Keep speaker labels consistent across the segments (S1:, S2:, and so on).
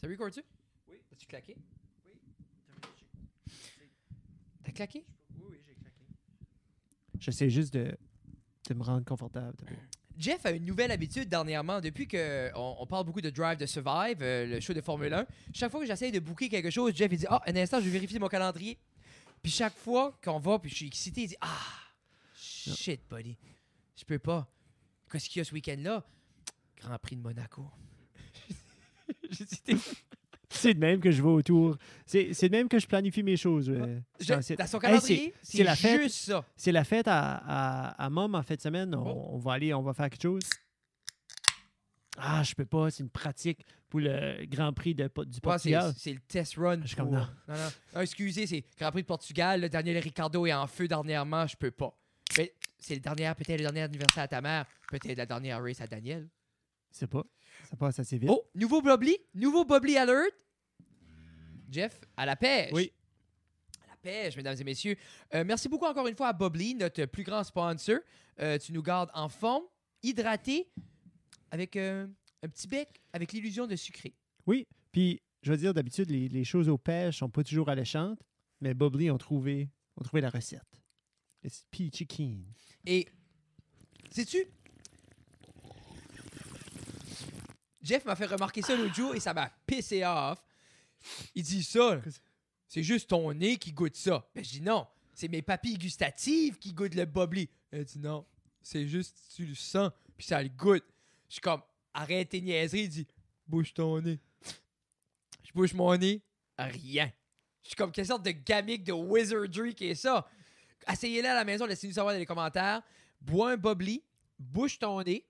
S1: Ça record-tu?
S2: Oui.
S1: As-tu claqué?
S2: Oui. T'as- j'ai- c'est-
S1: T'as claqué?
S2: je peux- Oui, oui, j'ai claqué.
S3: J'essaie juste de, de me rendre confortable. t'as pas-
S1: Jeff a une nouvelle habitude dernièrement. Depuis que on, on parle beaucoup de Drive de Survive, euh, le show de Formule 1, chaque fois que j'essaye de booker quelque chose, Jeff il dit Ah, un instant, je vais vérifier mon calendrier. Puis chaque fois qu'on va, puis je suis excité, il dit Ah, shit, buddy, je peux pas. Qu'est-ce qu'il y a ce week-end-là Grand Prix de Monaco. J'ai dit, T'es-
S3: C'est de même que je vais autour. C'est c'est de même que je planifie mes choses. euh,
S1: Je-
S3: dans cette-
S1: Dans son
S3: Hey,
S1: calendrier,
S3: c'est
S1: c'est
S3: la fête.
S1: juste ça.
S3: C'est la fête à, à, à Mom en fin de semaine. On,
S1: Oh.
S3: on va aller, on va faire quelque chose. Ah, je peux pas, c'est une pratique pour le Grand Prix de, Po- du
S1: Je pense que c'est-
S3: Portugal.
S1: c'est le test run.
S3: Je suis
S1: pour-
S3: comme, non.
S1: Non, non. Ah, excusez, c'est Grand Prix de Portugal. Le Daniel Ricardo est en feu dernièrement. Je peux pas. Mais c'est le dernier, peut-être le dernier anniversaire à ta mère. Peut-être la dernière race à Daniel.
S3: C'est pas. Ça passe assez vite.
S1: Oh, nouveau Bobli. Nouveau Bobli alert. Jeff, à la pêche.
S3: Oui.
S1: À la pêche, mesdames et messieurs. Euh, merci beaucoup encore une fois à Bobli, notre plus grand sponsor. Euh, tu nous gardes en forme, hydraté, avec euh, un petit bec, avec l'illusion de sucré.
S3: Oui. Puis, je veux dire, d'habitude, les, les choses aux pêches sont pas toujours alléchantes, mais Bob Lee ont trouvé, ont trouvé la recette. Le peachy keen.
S1: Et sais-tu? Jeff m'a fait remarquer ça l'autre jour et ça m'a pissé off. Il dit ça,
S3: Qu'est-ce-
S1: c'est juste ton nez qui goûte ça. Ben, je dis non, c'est mes papilles gustatives qui goûtent le bobli. Elle dit non, c'est juste tu le sens puis ça le goûte. Je suis comme, arrête tes niaiseries. Il dit, bouge ton nez. Je bouge mon nez, rien. Je suis comme, quelle sorte de gamique de wizardry qui est ça? essayez-le à la maison, laissez-nous savoir dans les commentaires. Bois un bobli, bouche ton nez.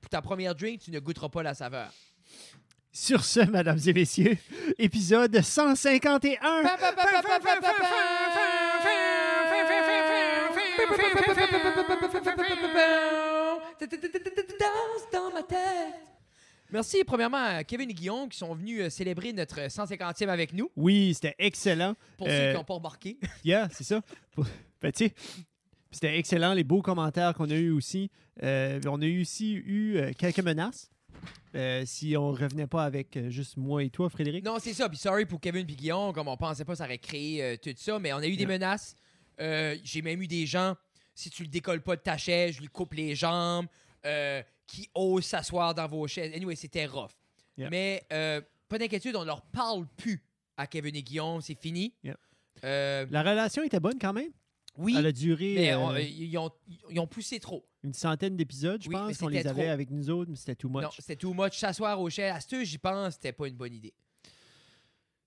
S1: Pour ta première drink, tu ne goûteras pas la saveur.
S3: Sur ce, mesdames et messieurs, épisode 151.
S1: Pa, pa, pa, pa, pa, pa, pa, pa. Danse dans ma tête. Merci premièrement à Kevin et Guillaume qui sont venus euh, célébrer notre 150e avec nous.
S3: Oui, c'était excellent.
S1: Pour ceux
S3: Euh,
S1: qui n'ont pas remarqué.
S3: Yeah, c'est ça. Pour- ben, tu sais, c'était excellent, les beaux commentaires qu'on a eu aussi. Euh, on a eu aussi eu euh, quelques menaces. Euh, si on revenait pas avec euh, juste moi et toi, Frédéric.
S1: Non, c'est ça. Puis sorry pour Kevin puis Guillaume, comme on pensait pas, ça aurait créé euh, tout ça, mais on a eu des
S3: Yeah.
S1: menaces. Euh, J'ai même eu des gens, si tu le décolles pas de ta chaise, je lui coupe les jambes, euh, qui osent s'asseoir dans vos chaises. Anyway, c'était rough.
S3: Yeah.
S1: Mais euh, pas d'inquiétude, on leur parle plus à Kevin et Guillaume, c'est fini.
S3: Yeah.
S1: Euh,
S3: La relation était bonne quand même.
S1: oui,
S3: Elle a duré
S1: mais
S3: euh,
S1: on- ils, ont, ils ont poussé trop.
S3: une centaine d'épisodes, je
S1: Oui, mais
S3: pense, qu'on
S1: c'était
S3: les avait
S1: trop.
S3: avec nous autres, mais c'était too much.
S1: Non, c'était too much. S'asseoir aux chaises, à ce que j'y pense, c'était pas une bonne idée.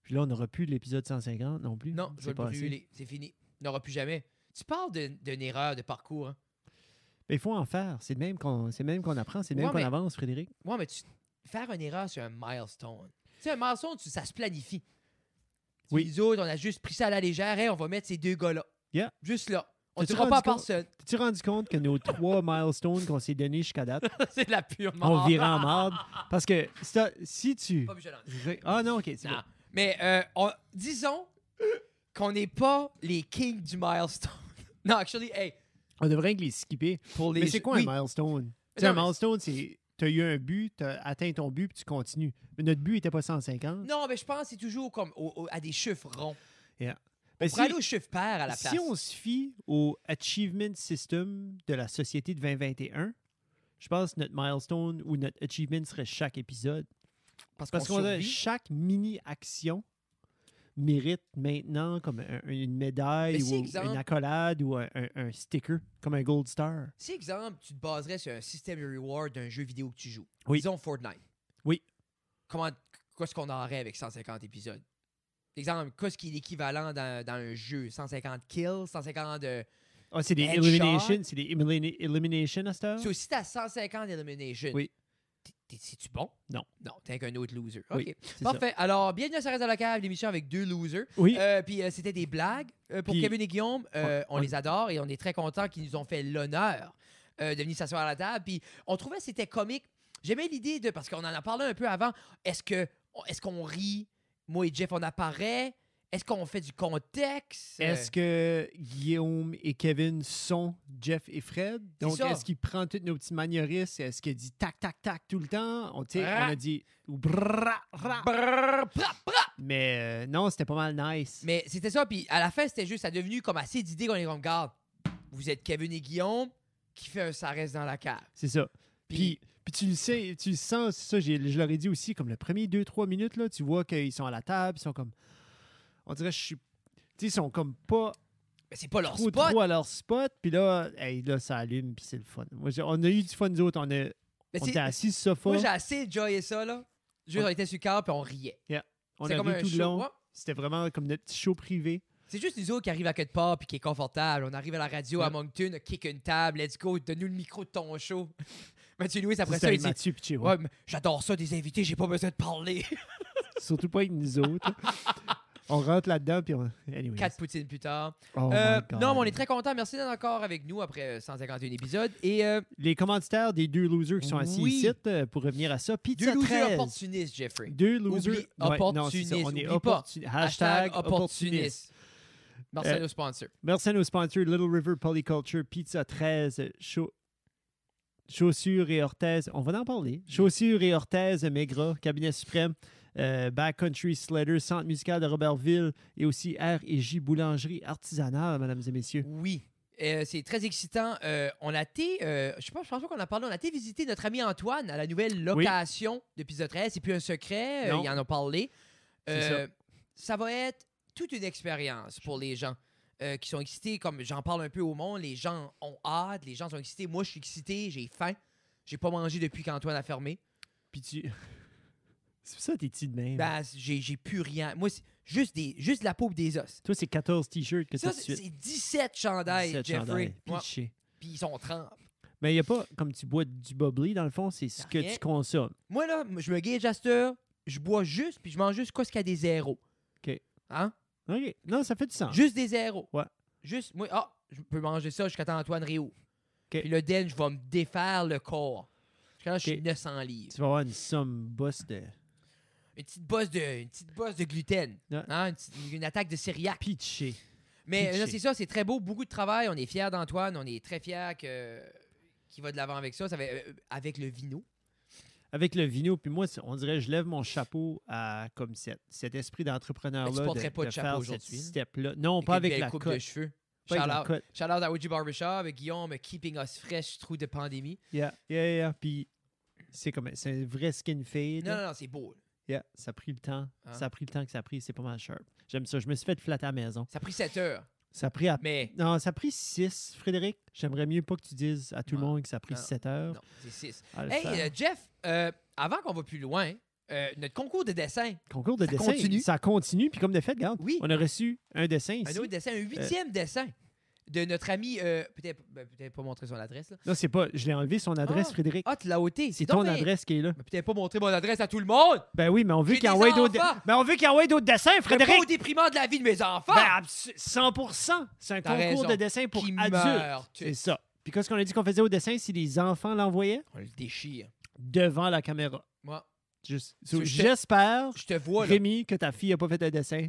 S3: Puis là, on n'aura plus l'épisode 150 non plus.
S1: Non, je vais
S3: C'est
S1: le
S3: pas assez.
S1: brûler. C'est fini. On n'aura plus jamais. Tu parles de- d'une erreur de parcours. hein.
S3: Mais il faut en faire. C'est de même qu'on c'est de même qu'on apprend, c'est de même
S1: Ouais,
S3: qu'on
S1: mais-
S3: avance, Frédéric.
S1: Ouais, mais tu... faire une erreur sur un milestone. Tu sais, un milestone, tu- ça se planifie. Tu
S3: Oui.
S1: dis, Les autres, on a juste pris ça à la légère et on va mettre ces deux gars-là.
S3: Yeah.
S1: Juste là. On ne
S3: T'as-tu
S1: dira pas à
S3: rendu compte-
S1: personne.
S3: T'es-tu rendu compte que nos trois milestones qu'on s'est donnés jusqu'à date,
S1: c'est de la pure mort.
S3: on virait en marde? Parce que si, t'as- si tu.
S1: Pas obligé d'en dire.
S3: Ah non, ok, c'est
S1: Non. Mais euh, on- disons qu'on n'est pas les kings du milestone. non, actually, hey,
S3: bon. On devrait les skipper.
S1: pour les.
S3: Mais c'est quoi
S1: Oui.
S3: un milestone? Tu sais, un
S1: Non, mais-
S3: milestone, c'est. T'as eu un but, t'as atteint ton but, puis tu continues. Mais notre but n'était pas 150.
S1: Non, mais je pense que c'est toujours comme au- au- à des chiffres ronds.
S3: Mais
S1: On
S3: si,
S1: pourrait aller au chiffre pair à la place.
S3: si on se fie au achievement system de la société de 2021, je pense que notre milestone ou notre achievement serait chaque épisode. Parce
S1: qu'on
S3: qu'on a
S1: survit.
S3: chaque mini-action mérite maintenant comme un- une médaille
S1: Mais si,
S3: ou
S1: exemple-
S3: une accolade ou un, un- un sticker, comme un gold star.
S1: Si, exemple, tu te baserais sur un système de reward d'un jeu vidéo que tu joues,
S3: Oui.
S1: disons Fortnite.
S3: Oui.
S1: Comment, qu'est-ce qu'on aurait avec 150 épisodes? Exemple, qu'est-ce qui est l'équivalent dans, dans un jeu? 150 kills, 150 de...
S3: Ah, c'est des
S1: Headshot.
S3: eliminations, c'est des elimina- elimination à cette heure?
S1: So, si t'as 150 eliminations,
S3: Ah. Oui.
S1: t'es- t'es- c'est-tu bon?
S3: Non.
S1: Non, t'es qu'un autre loser.
S3: Oui,
S1: OK.
S3: c'est ça.
S1: Parfait. Alors, bienvenue à Ça reste dans la cave, l'émission avec deux losers.
S3: Oui,
S1: Euh, puis euh, c'était des blagues. Euh, pour
S3: Puis-
S1: Kevin et Guillaume, euh, on
S3: on-
S1: les adore et on est très contents qu'ils nous ont fait l'honneur euh, de venir s'asseoir à la table. Puis on trouvait que c'était comique. J'aimais l'idée de, parce qu'on en a parlé un peu avant, est-ce que est-ce qu'on rit? Moi et Jeff, on apparaît. Est-ce qu'on fait du contexte? Euh,
S3: Est-ce que Guillaume et Kevin sont Jeff et Fred? Donc,
S1: ça.
S3: est-ce qu'il prend toutes nos petits manieristes? Est-ce qu'il dit tac, tac, tac tout le temps? On, tu sais,
S1: Ra.
S3: on a dit ou bra, ra.
S1: Brrr, pra, pra.
S3: Mais euh, non, c'était pas mal nice.
S1: Mais c'était ça, puis à la fin, c'était juste, ça a devenu comme assez d'idées qu'on est comme, garde, vous êtes Kevin et Guillaume qui fait un ça reste dans la cave.
S3: C'est ça.
S1: Puis-
S3: Puis, puis tu le sais, tu le sens, c'est ça, j'ai- je leur ai dit aussi, comme le premier 2-3 minutes, là, tu vois qu'ils sont à la table, ils sont comme. On dirait, je suis. Tu sais, ils sont comme pas
S1: Mais c'est pas leur
S3: trop,
S1: spot.
S3: trop à leur spot, puis là, hey, là, ça allume, puis c'est le fun. Moi, j'ai- on a eu du fun, nous autres. On, a,
S1: Mais
S3: on
S1: c'est-
S3: était assis sur le sofa,
S1: Moi, j'ai assez enjoyé ça, là. Juste, on était sur le câble, puis on riait.
S3: on
S1: C'est
S3: a
S1: comme
S3: ri
S1: un
S3: tout le
S1: show,
S3: long.
S1: ouais.
S3: C'était vraiment comme notre petit show privé.
S1: C'est juste nous autres qui arrivent à quelque part, puis qui est confortable. On arrive à la radio à
S3: Ouais.
S1: Moncton, on kick une table, let's go, donne-nous le micro de ton show. Mathieu Louis, après ça,
S3: C'était
S1: il dit
S3: Mathieu Piché, ouais.
S1: Ouais, mais j'adore ça, des invités, j'ai pas besoin de parler.
S3: Surtout pas avec nous autres. on rentre là-dedans, puis on. Anyway.
S1: Quatre poutines plus tard.
S3: Oh my
S1: Euh,
S3: God.
S1: non, mais on est très content. Merci d'être encore avec nous après euh, 151 épisodes. Et euh,
S3: Les commanditaires des deux losers qui sont assis
S1: Oui.
S3: ici, euh, pour revenir à ça, Pizza
S1: deux losers
S3: 13.
S1: opportunistes, Jeffrey.
S3: Deux losers.
S1: Oublie
S3: non, c'est ça, on
S1: opportuniste,
S3: est
S1: oublie pas.
S3: opportuni- Hashtag opportuniste.
S1: opportuniste. Merci à
S3: Euh,
S1: nos sponsors.
S3: Merci à nos sponsors Little River Polyculture, Pizza 13, Chau- Chaussures et orthèses. On va en parler. Chaussures et orthèses, Megra, Cabinet Suprême, euh, Backcountry Slater, Centre musical de Robertville et aussi R et J Boulangerie Artisanale, mesdames et messieurs.
S1: Oui. Euh, c'est très excitant. Euh, on a été, euh, je pense, je pense pas qu'on a parlé, on a été visiter notre ami Antoine à la nouvelle location de Pizza 13. C'est plus un secret, euh,
S3: Non.
S1: il en a parlé.
S3: C'est
S1: Euh, ça va être toute une expérience pour les gens euh, qui sont excités. Comme j'en parle un peu au monde, les gens ont hâte, les gens sont excités. Moi, je suis excité, j'ai faim. J'ai pas mangé depuis qu'Antoine a fermé.
S3: Puis tu. C'est pour ça que t'es petit de même.
S1: Ben, j'ai j'ai plus rien. Moi, c'est juste, des, juste de la peau et des os.
S3: Toi, c'est 14 t-shirts que tu
S1: Ça,
S3: as
S1: c'est c'est 17 chandails, Jeffrey. Ouais. Puis ils sont 30.
S3: Mais il n'y a pas, comme tu bois du bubbly, dans le fond, c'est ce que
S1: Rien.
S3: tu consommes.
S1: Moi, là, m- je me gage à cette heure, je bois juste, puis je mange juste quoi ce qu'il y a des zéros.
S3: OK.
S1: Hein?
S3: OK. Non, ça fait du sens.
S1: Juste des zéros.
S3: Ouais.
S1: Juste, moi, ah, je peux manger ça jusqu'à temps Antoine Rio.
S3: OK.
S1: Puis le den, je vais me défaire le corps. Jusqu'à là, je suis
S3: OK.
S1: 900 livres.
S3: Tu vas avoir une somme bosse de
S1: Une petite bosse de, une petite bosse de gluten.
S3: Ouais.
S1: Hein? Une, petite- une attaque de cœliaque.
S3: pitché.
S1: Mais
S3: Pitché.
S1: là, c'est ça, c'est très beau, beaucoup de travail. On est fiers d'Antoine, on est très fiers que, qu'il va de l'avant avec ça. ça va- euh, avec le vino.
S3: Avec le vino, puis moi, c'est- on dirait, je lève mon chapeau à comme cet, cet esprit
S1: Mais tu
S3: d'entrepreneur-là.
S1: porterais pas de chapeau
S3: faire
S1: aujourd'hui,
S3: cette
S1: là.
S3: step-là. Non, pas
S1: une
S3: avec,
S1: belle
S3: la
S1: coupe de
S3: cote,
S1: cheveux.
S3: pas avec la
S1: Shout-out.
S3: cote.
S1: Shout out à OG Barbershop, Guillaume, keeping us fresh through the pandémie.
S3: Yeah, yeah, yeah. Puis c'est comme c'est un vrai skin fade.
S1: Non, non, non, c'est beau.
S3: Yeah, ça a pris le temps.
S1: Hein?
S3: Ça a pris le temps que ça a pris. C'est pas mal sharp. J'aime ça. Je me suis fait flatter à la maison.
S1: Ça a pris 7 heures,
S3: Ça a pris à...
S1: mais
S3: Non, ça a pris 6, Frédéric. J'aimerais mieux pas que tu dises à tout le
S1: Non,
S3: monde que ça a pris
S1: non,
S3: 7 heures.
S1: Ah. non, c'est 6.
S3: à le
S1: Hey,
S3: faire.
S1: euh, Jeff, euh, avant qu'on va plus loin, euh, notre concours de dessin,
S3: Concours de
S1: ça
S3: dessin,
S1: continue.
S3: ça continue. Puis comme de fait, regarde,
S1: Oui.
S3: on a reçu un dessin ici. Euh.
S1: un autre dessin, un huitième dessin de notre ami, euh, peut-être ben, peut-être pas montrer son adresse, là.
S3: Non, c'est pas. Je l'ai enlevé son adresse,
S1: Ah.
S3: Frédéric.
S1: Ah, tu l'as ôté.
S3: C'est
S1: donc
S3: ton
S1: bien-
S3: adresse qui est là.
S1: Mais peut-être pas montrer mon adresse à tout le monde.
S3: Ben oui, mais on veut
S1: J'ai
S3: qu'il
S1: des
S3: envoie d'autres.
S1: enfants.
S3: Ben on veut qu'il envoie d'autres dessins,
S1: C'est pas au
S3: Frédéric.
S1: déprimant de la vie de mes enfants.
S3: Ben, abs- 100 C'est un
S1: T'as
S3: concours
S1: raison.
S3: de dessin pour
S1: qui
S3: adultes.
S1: meurt.
S3: C'est ça. Puis qu'est-ce qu'on a dit qu'on faisait au dessin si les enfants l'envoyaient
S1: On le déchire.
S3: devant la caméra?
S1: Moi,
S3: Juste.
S1: So, je-
S3: J'espère,
S1: je te vois, là.
S3: Rémi, que ta fille n'a pas fait un dessin.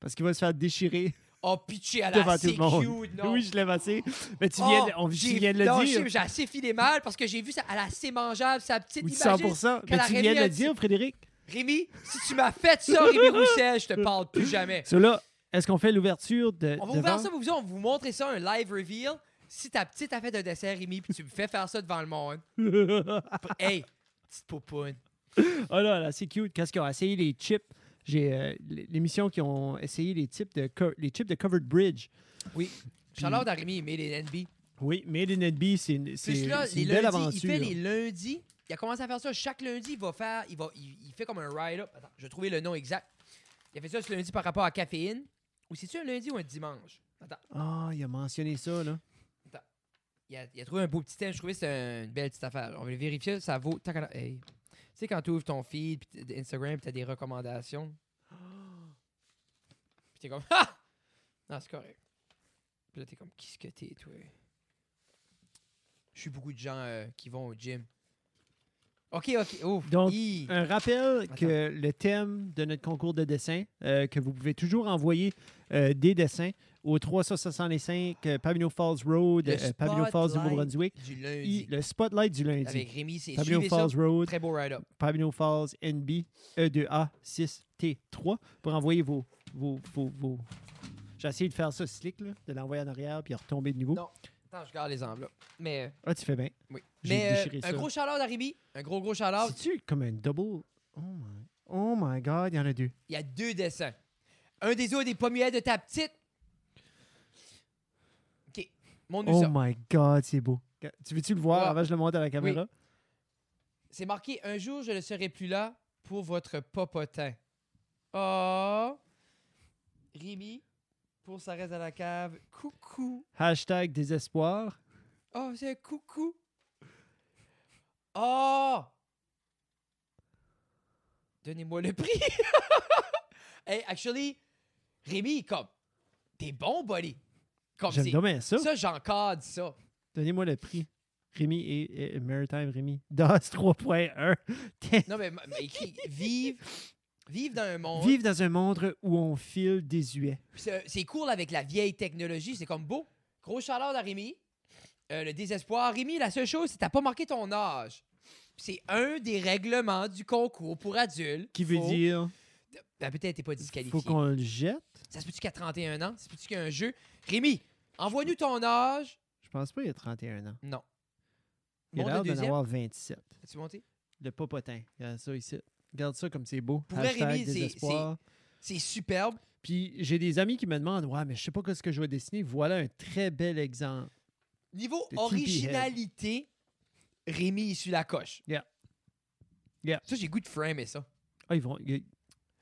S3: Parce qu'il va se faire déchirer.
S1: Oh, pitché à la
S3: Devant tout le
S1: CQ,
S3: monde.
S1: non. Oh,
S3: Oui, je l'aime assez. Mais tu viens, de- on, tu
S1: j'ai-
S3: viens de le
S1: non,
S3: dire.
S1: j'ai- J'ai assez filé mal parce que j'ai vu ça. Elle a assez mangeable, sa petite.
S3: Oui,
S1: Imagine,
S3: 100
S1: qu'elle
S3: Mais
S1: a
S3: tu viens de
S1: remis un
S3: le
S1: petit-
S3: dire, Frédéric.
S1: Rémi, si tu m'as fait ça, Rémi Roussel, je te parle plus jamais.
S3: Cela, est-ce qu'on fait l'ouverture de.
S1: On va
S3: devant?
S1: ouvrir ça, vous, on va vous montrer ça, un live reveal. Si ta petite a fait un dessert, Rémi, puis tu me fais faire ça devant le monde. Hey, petite poupoune.
S3: Ah là là, c'est cute. Qu'est-ce qu'ils ont essayé les chips? J'ai euh, l- l'émission qui ont essayé les chips de co- les chips de Covered Bridge.
S1: Oui. Charlotte à Rémi, il met les NB.
S3: Oui, Made in NB, c'est une, c'est-
S1: Puis là,
S3: c'est
S1: les
S3: une belle
S1: lundis, il
S3: aventure.
S1: fait les lundis. Il a commencé à faire ça. Chaque lundi, il va faire. Il, va, il, il fait comme un ride-up. Attends, je vais trouver le nom exact. Il a fait ça ce lundi par rapport à caféine. Ou c'est-tu un lundi ou un dimanche? Attends,
S3: Ah, il a mentionné ça là.
S1: il a, il a trouvé un beau petit thème. Je trouvais que c'était une belle petite affaire. On va le vérifier. Ça vaut. tant qu'à- hey. Tu sais, quand tu ouvres ton feed puis t- Instagram puis tu as des recommandations. Puis t'es comme. Ha! Non, c'est correct. Puis là, t'es comme. Qu'est-ce que t'es, toi? Je suis beaucoup de gens euh, qui vont au gym. OK, OK. Ouf.
S3: Donc, euh,
S1: Hi.
S3: Un rappel
S1: Attends.
S3: que le thème de notre concours de dessin, euh, que vous pouvez toujours envoyer euh, des dessins au 365 euh, Pavillon Falls Road,
S1: Le
S3: euh, Pavillon Falls du
S1: Spotlight.
S3: Nouveau-Brunswick,
S1: du
S3: et
S1: lundi.
S3: le Spotlight du lundi.
S1: Avec Rémi, c'est
S3: Pavillon
S1: suivez ça.
S3: Falls Road,
S1: Très beau ride-up.
S3: Pavillon Falls E NB E2A6T3 pour envoyer vos. vos, vos, vos- J'ai essayé de faire ça slick, là, de l'envoyer en arrière puis retomber de nouveau.
S1: Non. Attends, je garde les enveloppes. Mais, euh,
S3: Ah, tu fais bien.
S1: oui.
S3: J'ai
S1: Mais, euh,
S3: déchiré
S1: un
S3: ça.
S1: gros shout-out à Rémi. Un gros, gros shout-out.
S3: C'est-tu comme un double? Oh my, oh my god, il y en a deux.
S1: Il y a deux dessins. Un des os des pommiers de ta petite. OK. Montre-nous
S3: Oh
S1: ça. Ah.
S3: my god, c'est beau. Tu veux-tu le voir
S1: Ouais.
S3: avant que je le monte à la caméra?
S1: C'est marqué Un jour, je ne serai plus là pour votre popotin. Oh. Rémi, pour sa reste à la cave. Coucou.
S3: Hashtag désespoir.
S1: Oh, c'est un coucou. Oh! Donnez-moi le prix. hey, actually, Rémi, comme, t'es bon, buddy. Comme
S3: J'aime
S1: c'est.
S3: bien ça.
S1: Ça, j'encadre ça.
S3: Donnez-moi le prix. Rémi et, et Maritime Rémi. DOS 3.1.
S1: Non, mais, mais écrit, vive, vive dans un monde.
S3: Vivre dans un monde où on file désuet.
S1: C'est c'est cool avec la vieille technologie, c'est comme beau. Gros chaleur à Rémi. Euh, le désespoir. Rémi, la seule chose, c'est que t'as pas marqué ton âge. C'est un des règlements du concours pour adultes.
S3: Qui veut
S1: Faut-
S3: dire
S1: Ben, peut-être t'es pas disqualifié.
S3: faut qu'on le jette.
S1: Ça se peut-tu qu'à 31 ans? Ça se peut-tu qu'il y a un jeu? Rémi, envoie-nous ton âge.
S3: Je pense pas qu'il y a 31 ans.
S1: Non.
S3: Il a
S1: Montre le
S3: l'air d'en
S1: deuxième.
S3: avoir 27.
S1: As-tu monté?
S3: Le popotin. Regarde ça ici. Regarde ça comme c'est beau.
S1: Pour vrai,
S3: Hashtag
S1: Rémi, c'est-
S3: désespoir.
S1: C'est superbe.
S3: Puis j'ai des amis qui me demandent Ouais, mais je sais pas ce que je vais dessiner. Voilà un très bel exemple.
S1: Niveau
S3: The
S1: originalité, Rémi est sur la coche.
S3: Yeah. Yeah.
S1: Ça, j'ai goût de framer ça.
S3: Ah, ils vont. ils-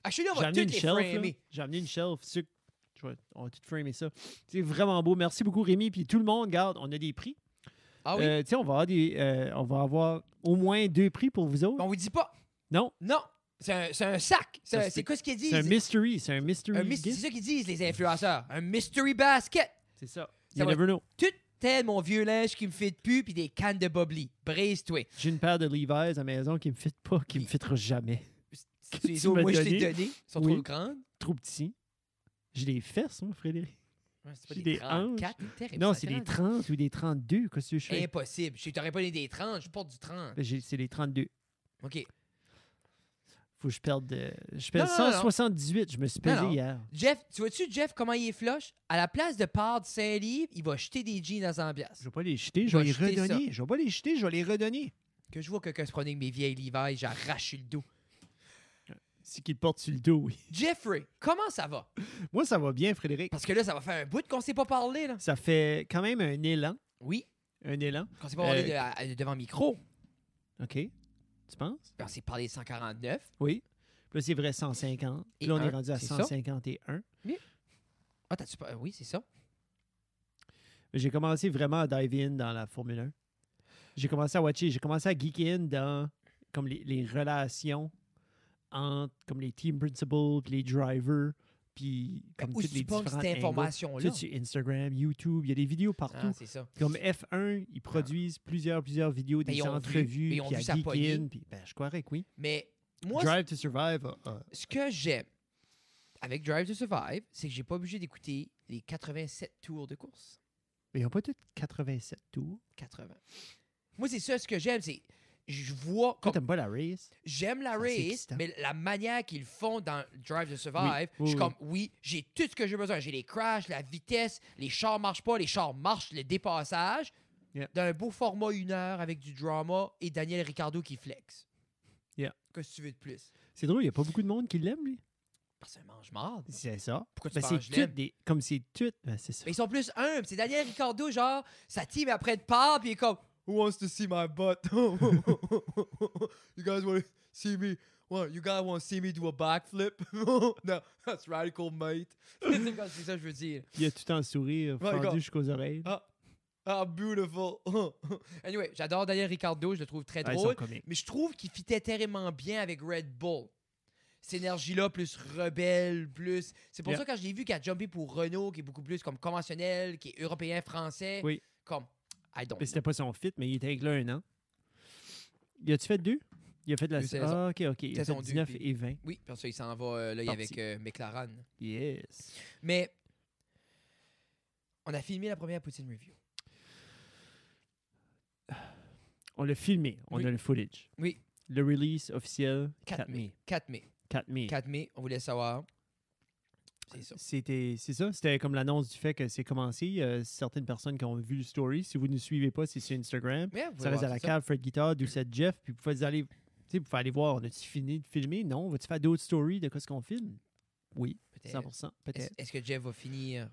S1: Actually, Ah, on
S3: J'ai
S1: va
S3: amené
S1: toutes
S3: une
S1: les
S3: shelf. là.
S1: framer.
S3: J'ai amené une shelf. sûr que- Je vais- on va tout framer ça. C'est vraiment beau. Merci beaucoup, Rémi. Puis tout le monde, garde, on a des prix.
S1: Ah oui?
S3: Euh, tu sais, on, va avoir des, euh, on va avoir au moins deux prix pour vous autres.
S1: On vous dit pas.
S3: Non,
S1: Non. C'est un, c'est un sac. C'est
S3: Ça,
S1: un-
S3: c'est-
S1: c'est quoi ce qu'ils disent?
S3: c'est un mystery. C'est un mystery.
S1: Un mys- C'est
S3: gift.
S1: ça qu'ils disent, les influenceurs. Un mystery basket.
S3: C'est ça.
S1: Ça
S3: You
S1: va-
S3: never know.
S1: Tout tel mon vieux linge qui me fait de pu, puis des cannes de bobli. Brise-toi.
S3: J'ai une paire de Levi's à la maison qui me fit pas, qui me fitera jamais.
S1: Si
S3: Que
S1: tu les
S3: tu
S1: as,
S3: m'as
S1: moi, je t'ai
S3: donné.
S1: donné. Ils sont
S3: Oui.
S1: trop grandes.
S3: Trop petit. J'ai des fesses, moi, Frédéric.
S1: Ouais, c'est
S3: J'ai
S1: pas des
S3: des
S1: 34, t'es terrible,
S3: non,
S1: ça,
S3: c'est des
S1: 30.
S3: 30 ou des 32. Qu'est-ce que je fais?
S1: Impossible. Je t'aurais pas donné des 30, je porte du 30.
S3: Ben, j'ai- C'est des 32.
S1: OK.
S3: Faut que je perde. de- Je pèse
S1: Non, non, non.
S3: 178. Je me suis
S1: Non,
S3: pesé
S1: non.
S3: hier.
S1: Jeff, tu vois-tu, Jeff, comment il est flush? À la place de part de 5 livres, il va jeter des jeans à 100
S3: Je vais pas les jeter, je
S1: Va
S3: vais les
S1: jeter ça.
S3: redonner. Je vais pas les jeter, je vais les redonner.
S1: Que je vois quelqu'un se promener avec mes vieilles Levi's, j'arrache le dos.
S3: C'est qu'ils portent sur le dos, oui.
S1: Jeffrey, comment ça va?
S3: Moi, ça va bien, Frédéric.
S1: Parce que là, ça va faire un bout qu'on s'est pas parlé, là.
S3: Ça fait quand même un élan.
S1: Oui,
S3: Un élan.
S1: qu'on s'est pas parlé
S3: Euh,
S1: de- à- devant micro.
S3: OK. Tu penses?
S1: Puis on s'est parlé de 149.
S3: Oui. Puis là, c'est vrai 150.
S1: Et
S3: Puis là, on est
S1: un,
S3: rendu à
S1: c'est ça.
S3: 151.
S1: Ah, t'as-tu pas... Oui, c'est ça.
S3: Mais J'ai commencé vraiment à dive in dans la Formule 1. J'ai commencé à watcher, j'ai commencé à geek in dans comme les, les relations entre comme les team principals, puis les drivers, puis comme
S1: Où
S3: toutes les
S1: tu prends
S3: différentes
S1: cette
S3: angles.
S1: information-là?
S3: Tu sais, sur Instagram, YouTube, il y a des vidéos
S1: Ah,
S3: partout.
S1: c'est ça.
S3: comme F1, ils produisent plusieurs, plusieurs vidéos,
S1: Ben,
S3: des
S1: ils ont vu,
S3: entrevues,
S1: ben,
S3: puis
S1: ils ont
S3: à
S1: vu ça
S3: Geek
S1: pogner.
S3: In, puis ben, je croirais que oui.
S1: Mais moi,
S3: Drive to Survive, ah, ah.
S1: ce que j'aime avec Drive to Survive, c'est que j'ai pas obligé d'écouter les 87 tours de course.
S3: mais ben, ils n'ont pas tous 87 tours.
S1: 80. Moi, c'est ça ce que j'aime, c'est je vois
S3: Toi,
S1: comme-
S3: t'aimes pas la race?
S1: j'aime la
S3: Ah, c'est
S1: race,
S3: excitant.
S1: mais la manière qu'ils font dans Drive to Survive,
S3: Oui,
S1: je suis
S3: oui.
S1: comme oui, j'ai tout ce que j'ai besoin, j'ai les crashs, la vitesse, les chars marchent pas, les chars marchent, les dépassages,
S3: Yeah.
S1: d'un beau format une heure avec du drama et Daniel Ricardo qui flex.
S3: Yeah.
S1: Qu'est-ce que tu veux de plus
S3: C'est drôle, il n'y a pas beaucoup de monde qui l'aime, lui.
S1: Parce que mange marde.
S3: C'est ça.
S1: Pourquoi tu
S3: Ben, c'est
S1: penses que je l'aime?
S3: tout des. Comme c'est tout. Ben, c'est ça.
S1: Mais ils sont plus humbles. C'est Daniel Ricardo, genre, sa team après de part, puis il est comme Who wants to see my butt? you guys want to see me? Well, you guys want to see me do a backflip? no, that's radical, mate. c'est comme- c'est ça que je veux dire.
S3: Il a tout en sourire,
S1: Ouais, gars.
S3: fendu jusqu'aux oreilles.
S1: Ah, ah, beautiful. anyway, j'adore Daniel Ricardo, je le trouve très
S3: Ah, ils sont
S1: drôle,
S3: comiques.
S1: mais je trouve qu'il fitait terriblement bien avec Red Bull. Cette énergie-là, plus rebelle, plus. C'est pour
S3: Yeah.
S1: ça quand je l'ai vu qu'il a jumpé pour Renault, qui est beaucoup plus comme conventionnel, qui est européen, français,
S3: Oui.
S1: comme I don't
S3: Mais c'était pas son fit, mais il était avec là un an. Y a-tu fait deux? Il a fait de la
S1: Deux saisons.
S3: Ah, OK, OK. Il a
S1: Saison
S3: fait
S1: deux,
S3: 19
S1: puis-
S3: et 20.
S1: Oui, parce qu'il s'en va euh, là, il est
S3: Parti.
S1: avec euh, McLaren.
S3: Yes.
S1: Mais on a filmé la première Poutine Review.
S3: On l'a filmé. On
S1: Oui.
S3: a le footage.
S1: Oui.
S3: Le release officiel
S1: 4, mai. 4 mai.
S3: 4 mai.
S1: 4 mai, on voulait savoir. C'est ça.
S3: C'était, c'est ça, c'était comme l'annonce du fait que c'est commencé. Euh, certaines personnes qui ont vu le story, si vous ne nous suivez pas, c'est sur Instagram.
S1: Mais vous
S3: Ça reste
S1: voir
S3: à la
S1: tout ça.
S3: cave, Fred Guitar, Doucette Jeff, puis vous pouvez aller, tu sais, vous pouvez aller voir, on a-tu fini de filmer? Non, on va-tu faire d'autres stories de ce qu'on filme? Oui,
S1: Peut-être.
S3: 100%,
S1: Est-ce
S3: peut-être.
S1: est-ce que Jeff va finir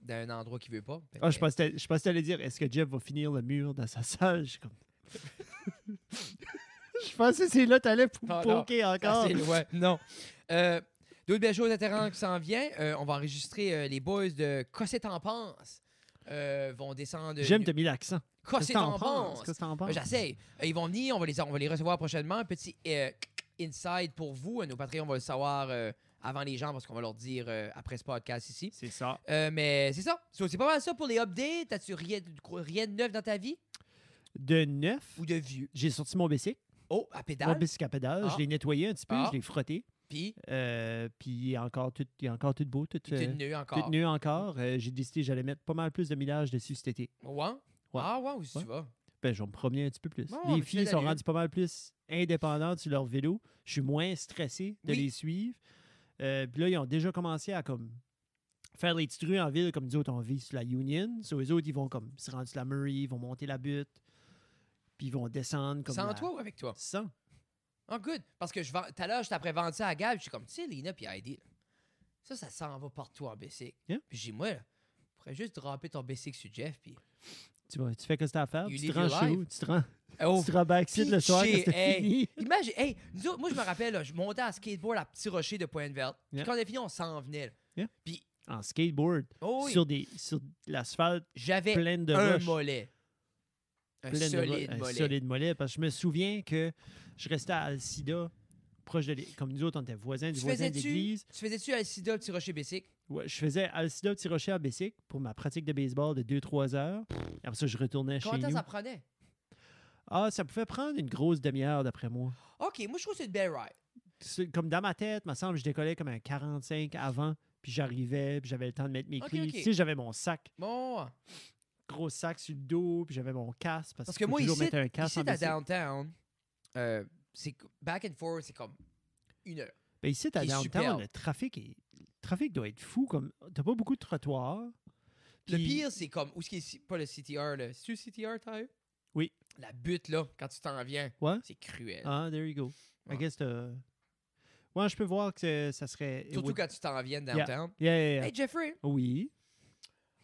S1: d'un endroit qu'il veut pas?
S3: Ah, je pensais que t'allais- je pensais que t'allais dire, est-ce que Jeff va finir le mur dans sa salle? Je suis comme... je pensais que c'est là que t'allais pou-
S1: Non, non,
S3: poker
S1: Ah,
S3: encore.
S1: c'est loin. Non. Euh, D'autres belles choses intéressantes qui s'en viennent. Euh, on va enregistrer euh, les boys de Cossette en pense. Euh, vont descendre.
S3: J'aime, t'as mis l'accent. Qu'est-ce que
S1: Cossette en
S3: t'en penses?
S1: pense.
S3: Qu'est-ce que t'en penses?
S1: Ben, J'essaie. Euh, Ils vont venir, on va les, on va les recevoir prochainement. Petit euh, inside pour vous. Nos Patreons vont le savoir euh, avant les gens parce qu'on va leur dire euh, après ce podcast ici.
S3: C'est ça.
S1: Euh, mais c'est ça. So, C'est pas mal ça pour les updates. As-tu rien, rien de neuf dans ta vie
S3: De neuf,
S1: ou de vieux?
S3: j'ai sorti mon bicycle.
S1: Oh, à
S3: Mon
S1: pédale.
S3: bicycle à pédale,
S1: Ah.
S3: je l'ai nettoyé un petit peu,
S1: Ah.
S3: je l'ai frotté.
S1: Puis,
S3: Euh, puis il est encore tout, il est encore tout beau, tout,
S1: tu
S3: euh,
S1: es nu
S3: tout
S1: encore.
S3: nu encore. Euh, j'ai décidé que j'allais mettre pas mal plus de millage dessus cet été.
S1: Ouais? Ah, ouais, où est-ce que tu vas?
S3: Ben, je vais me promener un petit peu plus.
S1: Bon, mais
S3: les
S1: tu
S3: filles
S1: l'as
S3: sont
S1: allé.
S3: rendues pas mal plus indépendantes sur leur vélo. Je suis moins stressé de
S1: Oui.
S3: les suivre. Euh, puis là, ils ont déjà commencé à comme faire les petites rues en ville, comme nous autres, on vit sur la Union. So, eux autres, ils vont comme se rendre sur la Murray, ils vont monter la butte, puis ils vont descendre comme
S1: Sans
S3: la-
S1: toi ou avec toi?
S3: Sans.
S1: Oh, good. Parce que je vends- tout à l'heure, je t'apprends vendre ça à Gab. Je suis comme, tu sais, Lina puis Heidi, là, ça, ça s'en va partout en bicycle.
S3: Yeah.
S1: Puis j'ai dit, moi, là, pourrais juste dropper ton bicycle sur Jeff. Puis.
S3: Tu, vas- tu fais que c'est à faire,
S1: You
S3: puis tu te
S1: live
S3: rends
S1: your
S3: chez
S1: life.
S3: où? Tu te rends,
S1: Oh,
S3: tu te rends backside le soir quand
S1: pitché,
S3: c'est
S1: hey.
S3: fini.
S1: Imagine, hey, nous autres, moi je me rappelle, là, je montais à skateboard à Petit Rocher de Pointe-Verte.
S3: Yeah.
S1: Puis quand on a fini, on s'en venait. là.
S3: Yeah.
S1: Puis,
S3: En skateboard,
S1: oh oui,
S3: sur, des, sur de l'asphalte
S1: j'avais
S3: pleine de
S1: un
S3: roches.
S1: mollet. Un
S3: pleine de
S1: solide
S3: mo- un
S1: mollet.
S3: solide mollet. Parce que je me souviens que je restais à Alcida, proche de l'é- Comme nous autres, on était voisins du
S1: Tu
S3: voisin de
S1: faisais-tu
S3: l'église.
S1: Tu faisais-tu Alcida, Petit Rocher, Bessic?
S3: Ouais, je faisais Alcida, Petit Rocher à Bessic pour ma pratique de baseball de 2-3 heures. Et après ça, je retournais chez
S1: Combien de temps
S3: nous.
S1: ça prenait?
S3: Ah, ça pouvait prendre une grosse demi-heure, d'après moi.
S1: Ok, moi je trouve que c'est une belle ride.
S3: C'est- Comme dans ma tête, me semble, je décollais comme un 45 avant, puis j'arrivais, puis j'avais le temps de mettre mes
S1: Ok,
S3: clés.
S1: ok.
S3: Tu sais, j'avais mon sac
S1: Bon.
S3: gros sac sur le dos, puis j'avais mon casque. Parce,
S1: Parce
S3: qu'il
S1: que
S3: faut
S1: moi,
S3: toujours
S1: ici-
S3: mettre un casque
S1: Ici,
S3: en
S1: à
S3: bicycle.
S1: downtown, euh, c'est co- back and forth, c'est comme une heure.
S3: Ben, ici, à
S1: qui est
S3: downtown,
S1: superbe.
S3: le trafic, est- le trafic doit être fou. Comme... T'as pas beaucoup de trottoirs.
S1: Le
S3: puis-
S1: pire, c'est comme, où est-ce qu'il est- pas le CTR, là. C'est-tu le CTR, Tyre?
S3: Oui.
S1: La butte, là, quand tu t'en viens.
S3: Ouais.
S1: C'est cruel.
S3: Ah, there you go. I
S1: Ouais.
S3: guess t'as- Ouais, je peux voir que c'est- ça serait... it
S1: Surtout
S3: would-
S1: quand tu t'en viens downtown.
S3: Yeah, yeah, yeah.
S1: Hey, Jeffrey,
S3: Oui.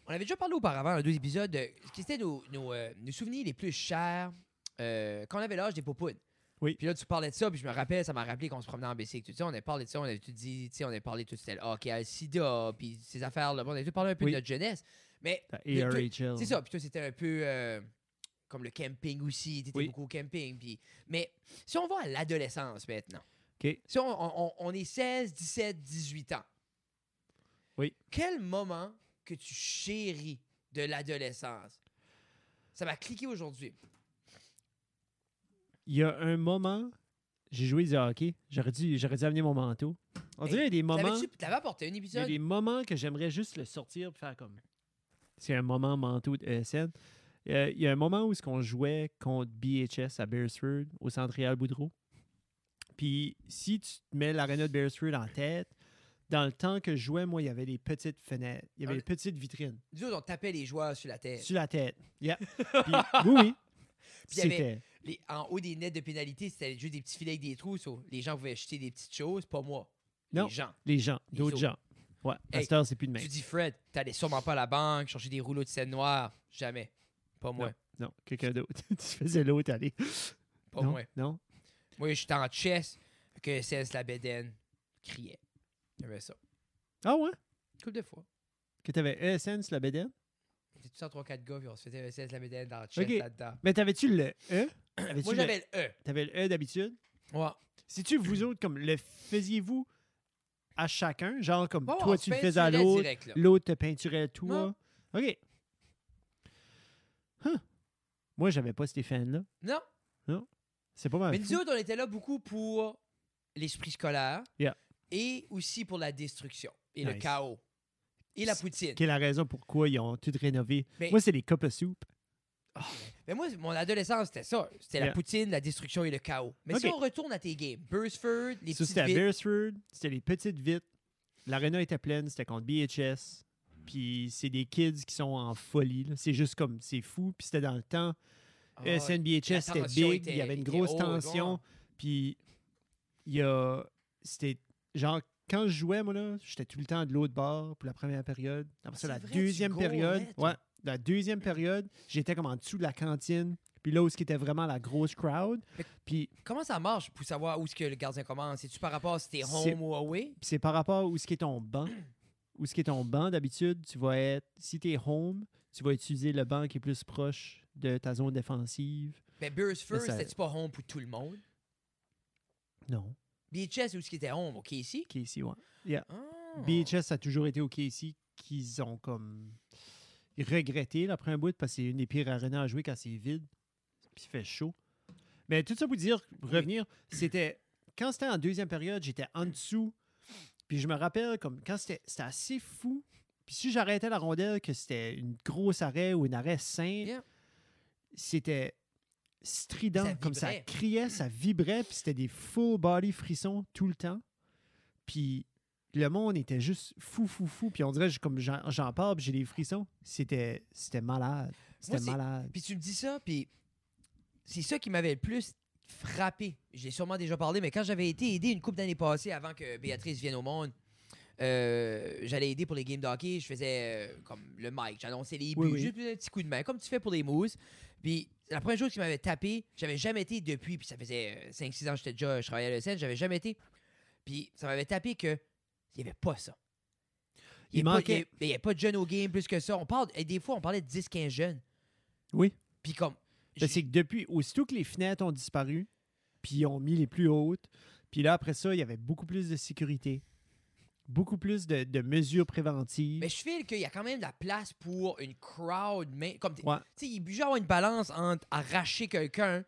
S1: on avait déjà parlé auparavant, dans deux épisodes, de ce qui étaient nos, nos, euh, nos souvenirs les plus chers euh, quand on avait l'âge des popounes.
S3: Oui.
S1: Puis là, tu parlais de ça, puis je me rappelle, ça m'a rappelé qu'on se promenait en bicycle, tout ça. On a parlé de ça, on avait tout dit, tu sais, on a parlé tout ça, le hockey, le sida, puis ces affaires-là. Bon, on avait tout parlé un peu
S3: Oui.
S1: de notre jeunesse. Mais
S3: La
S1: Le- le-
S3: ARHL.
S1: C'est ça. Puis toi, c'était un peu euh, comme le camping aussi. T'étais
S3: Oui.
S1: beaucoup au camping. Puis... Mais si on va à l'adolescence maintenant,
S3: OK.
S1: si on, on- on- on est 16, 17, 18 ans,
S3: Oui.
S1: quel moment que tu chéris de l'adolescence? Ça m'a cliqué aujourd'hui.
S3: Il y a un moment, j'ai joué du hockey. J'aurais dû, j'aurais dû amener mon manteau. On
S1: Hey,
S3: dirait qu'il y a des moments...
S1: T'avais-tu- T'avais apporté un
S3: Il y a
S1: épisode?
S3: des moments que j'aimerais juste le sortir et faire comme. C'est un moment manteau de ESN. Euh, il y a un moment où on jouait contre BHS à Beresford, au centre Réal Boudreau. Puis si tu te mets l'aréna de Beresford en tête, dans le temps que je jouais, moi, il y avait des petites fenêtres, il y avait
S1: Ah,
S3: des petites vitrines
S1: Nous autres, on tapait les joueurs sur la tête.
S3: sur la tête. Yeah. Eh. Puis, oui, oui.
S1: Puis il y avait-
S3: C'était.
S1: Les- en haut des nets de pénalité, c'était juste des petits filets avec des trous. so les gens pouvaient jeter des petites choses, pas moi.
S3: Non.
S1: Les gens.
S3: Les gens,
S1: Les
S3: d'autres
S1: autres.
S3: gens. Ouais, à
S1: Hey,
S3: cette heure, c'est plus de même.
S1: Tu dis Fred, t'allais sûrement pas à la banque chercher des rouleaux de scène noire. Jamais. Pas moi.
S3: Non, quelqu'un d'autre. tu faisais l'autre aller.
S1: Pas
S3: non,
S1: moi.
S3: non.
S1: Moi, j'étais en chess que CS la bédaine criait. J'aimais ça.
S3: Ah ouais?
S1: Couple de fois.
S3: Que t'avais ESN sur la BDN?
S1: C'était tous en 3-4 gars, puis on se faisait CS la bédaine dans le chess
S3: Ok.
S1: là-dedans.
S3: Mais t'avais-tu le E? T'avais-tu
S1: Moi,
S3: le-
S1: j'avais Hmm. le E.
S3: T'avais le E d'habitude?
S1: Ouais.
S3: Si-tu vous autres, comme le faisiez-vous à chacun? Genre comme
S1: Bon, on
S3: toi,
S1: se
S3: tu le faisais à
S1: peinturait
S3: l'autre,
S1: direct, là.
S3: l'autre te peinturait toi.
S1: Non.
S3: OK. Huh. Moi, j'avais pas ces fans-là.
S1: Non.
S3: C'est pas mal.
S1: Mais nous autres, on était là beaucoup pour l'esprit scolaire
S3: Yeah.
S1: et aussi pour la destruction et le
S3: Nice.
S1: chaos et la poutine.
S3: Quelle est la raison pourquoi ils ont tout rénové?
S1: Mais-
S3: Moi, c'est les cups à soupe.
S1: Mais moi, mon adolescence, c'était ça. C'était la
S3: Yeah.
S1: poutine, la destruction et le chaos. Mais si
S3: Ok.
S1: on retourne à tes games, Burstford, les
S3: ça,
S1: petites
S3: c'était à
S1: villes,
S3: Beresford. C'était les petites vites. L'aréna était pleine. C'était contre BHS. Puis c'est des kids qui sont en folie. là. C'est juste comme, c'est fou. Puis c'était dans le temps. Euh,
S1: Ah, la
S3: SNBHS, c'était
S1: tension
S3: big.
S1: était-
S3: il y avait une
S1: était
S3: grosse
S1: haute, ouais.
S3: tension. Puis il y a. C'était. Genre, quand je jouais, moi, là, j'étais tout le temps de l'autre bord pour la première période. Après
S1: Ah, c'est
S3: ça, la
S1: vrai, tu
S3: deuxième
S1: gourmais,
S3: période.
S1: toi.
S3: Ouais. La deuxième période, j'étais comme en dessous de la cantine. Puis là, où ce qui était vraiment la grosse crowd.
S1: Mais-
S3: Puis
S1: Comment ça marche pour savoir où est-ce que le gardien commence? C'est-tu par rapport à si t'es
S3: C'est-
S1: home ou away?
S3: Puis c'est par rapport où ce qui est ton banc. Où ce qui est ton banc, d'habitude, tu vas être, si tu es home, tu vas utiliser le banc qui est plus proche de ta zone défensive.
S1: Mais Burstford,
S3: Mais ça-
S1: c'était-tu pas home pour tout le monde?
S3: Non,
S1: BHS, où est-ce qui était home? OK, ici?
S3: KC, ouais.
S1: Ah.
S3: BHS ça a toujours été au KC qu'ils ont comme regretté là, après un bout parce que c'est une des pires arénas à jouer quand c'est vide. Puis il fait chaud. Mais tout ça pour dire, pour revenir, c'était quand c'était en deuxième période, j'étais en dessous. Puis je me rappelle comme quand c'était c'était assez fou. Puis si j'arrêtais la rondelle, que c'était une grosse arrêt ou une arrêt sain,
S1: Yeah.
S3: c'était strident,
S1: Ça
S3: comme ça
S1: vibrait.
S3: criait, ça vibrait, puis c'était des full body frissons tout le temps. Puis le monde était juste fou, fou, fou. Puis on dirait, je- comme j'en j'en parle, puis j'ai des frissons. C'était c'était malade. C'était
S1: c'est-
S3: malade.
S1: Puis tu me dis ça, puis c'est ça qui m'avait le plus frappé. Je l'ai sûrement déjà parlé, mais quand j'avais été aidé une couple d'années passées avant que Béatrice vienne au monde, euh, j'allais aider pour les games d'hockey. Je faisais euh, comme le mic, j'annonçais les buts,
S3: Oui, oui.
S1: juste un petit coup de main, comme tu fais pour les mousses. Puis la première chose qui m'avait tapé, j'avais jamais été depuis, puis ça faisait 5-6 ans que j'étais déjà, je travaillais à l'ESN, j'avais jamais été. Puis ça m'avait tapé que il n'y avait pas ça.
S3: Il
S1: y avait pas-
S3: manquait.
S1: Il n'y avait pas de jeunes au game plus que ça. On parle, et des fois, on parlait de 10-15 jeunes.
S3: Oui.
S1: Puis comme.
S3: Ben, C'est que depuis, aussitôt que les fenêtres ont disparu, puis ils ont mis les plus hautes, puis là, après ça, il y avait beaucoup plus de sécurité, beaucoup plus de, de mesures préventives.
S1: Mais je file qu'il y a quand même de la place pour une crowd, mais comme t'es-
S3: Ouais.
S1: tu sais, il est obligé d'avoir une balance entre arracher quelqu'un.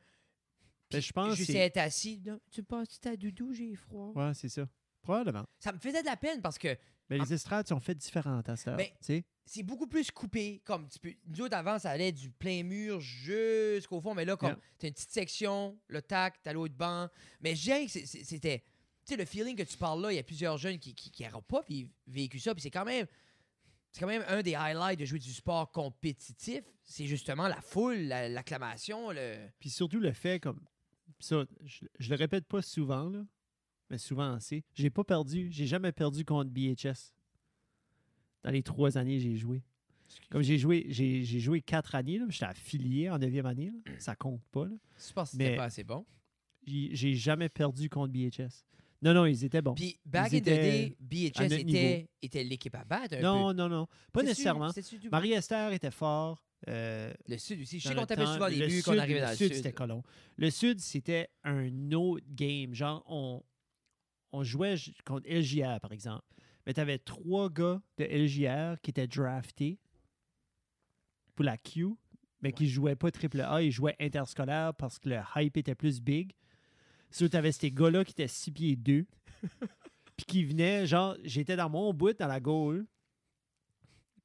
S3: Ben, je pense que
S1: juste
S3: c'est...
S1: être assis. Non, tu passes ta doudou, j'ai froid.
S3: Ouais, c'est ça. Probablement.
S1: Ça me faisait de la peine parce que
S3: Mais les estrades sont faites différentes à cette heure.
S1: Ah. Mais-
S3: tu sais.
S1: c'est beaucoup plus coupé. Comme tu peux, nous autres avant, ça allait du plein mur jusqu'au fond, mais là, comme
S3: Yeah.
S1: t'as une petite section, le tac, t'as l'autre banc. Mais j'ai c'était, tu sais, le feeling que tu parles là, il y a plusieurs jeunes qui qui, qui n'auront pas vi- vécu ça, puis c'est quand même. C'est quand même un des highlights de jouer du sport compétitif. C'est justement la foule, la- l'acclamation, le.
S3: Puis surtout le fait comme ça, je, je le répète pas souvent là, mais souvent assez. J'ai pas perdu, j'ai jamais perdu contre BHS. Dans les trois années j'ai joué. Comme j'ai joué, j'ai j'ai joué quatre années là, j'étais affilié en neuvième année, là, ça compte pas là.
S1: Je pense que c'était
S3: Mais-
S1: pas assez bon.
S3: J'ai j'ai jamais perdu contre BHS. Non non, ils étaient bons.
S1: Puis, back in
S3: Ils
S1: the
S3: étaient
S1: day, BHS
S3: à notre
S1: était,
S3: niveau.
S1: était l'équipe à battre. Un
S3: non
S1: peu.
S3: non non, pas
S1: euh, C'est-tu-
S3: nécessairement.
S1: c'est-tu du-
S3: Marie Esther était fort. euh,
S1: Le Sud aussi. Je sais
S3: dans
S1: qu'on
S3: le
S1: tapait
S3: temps,
S1: souvent des
S3: le
S1: buts
S3: Sud-
S1: qu'on arrivait dans le Sud.
S3: c'était colon. Le Sud, c'était un autre game. Genre, on, on jouait j- contre LJR, par exemple. Mais tu avais trois gars de LJR qui étaient draftés pour la Q, mais qui jouaient pas triple A, ils jouaient interscolaire parce que le hype était plus big. So, tu avais ces gars-là qui étaient 6 pieds 2, puis qui venaient, genre, j'étais dans mon bout, dans la goal,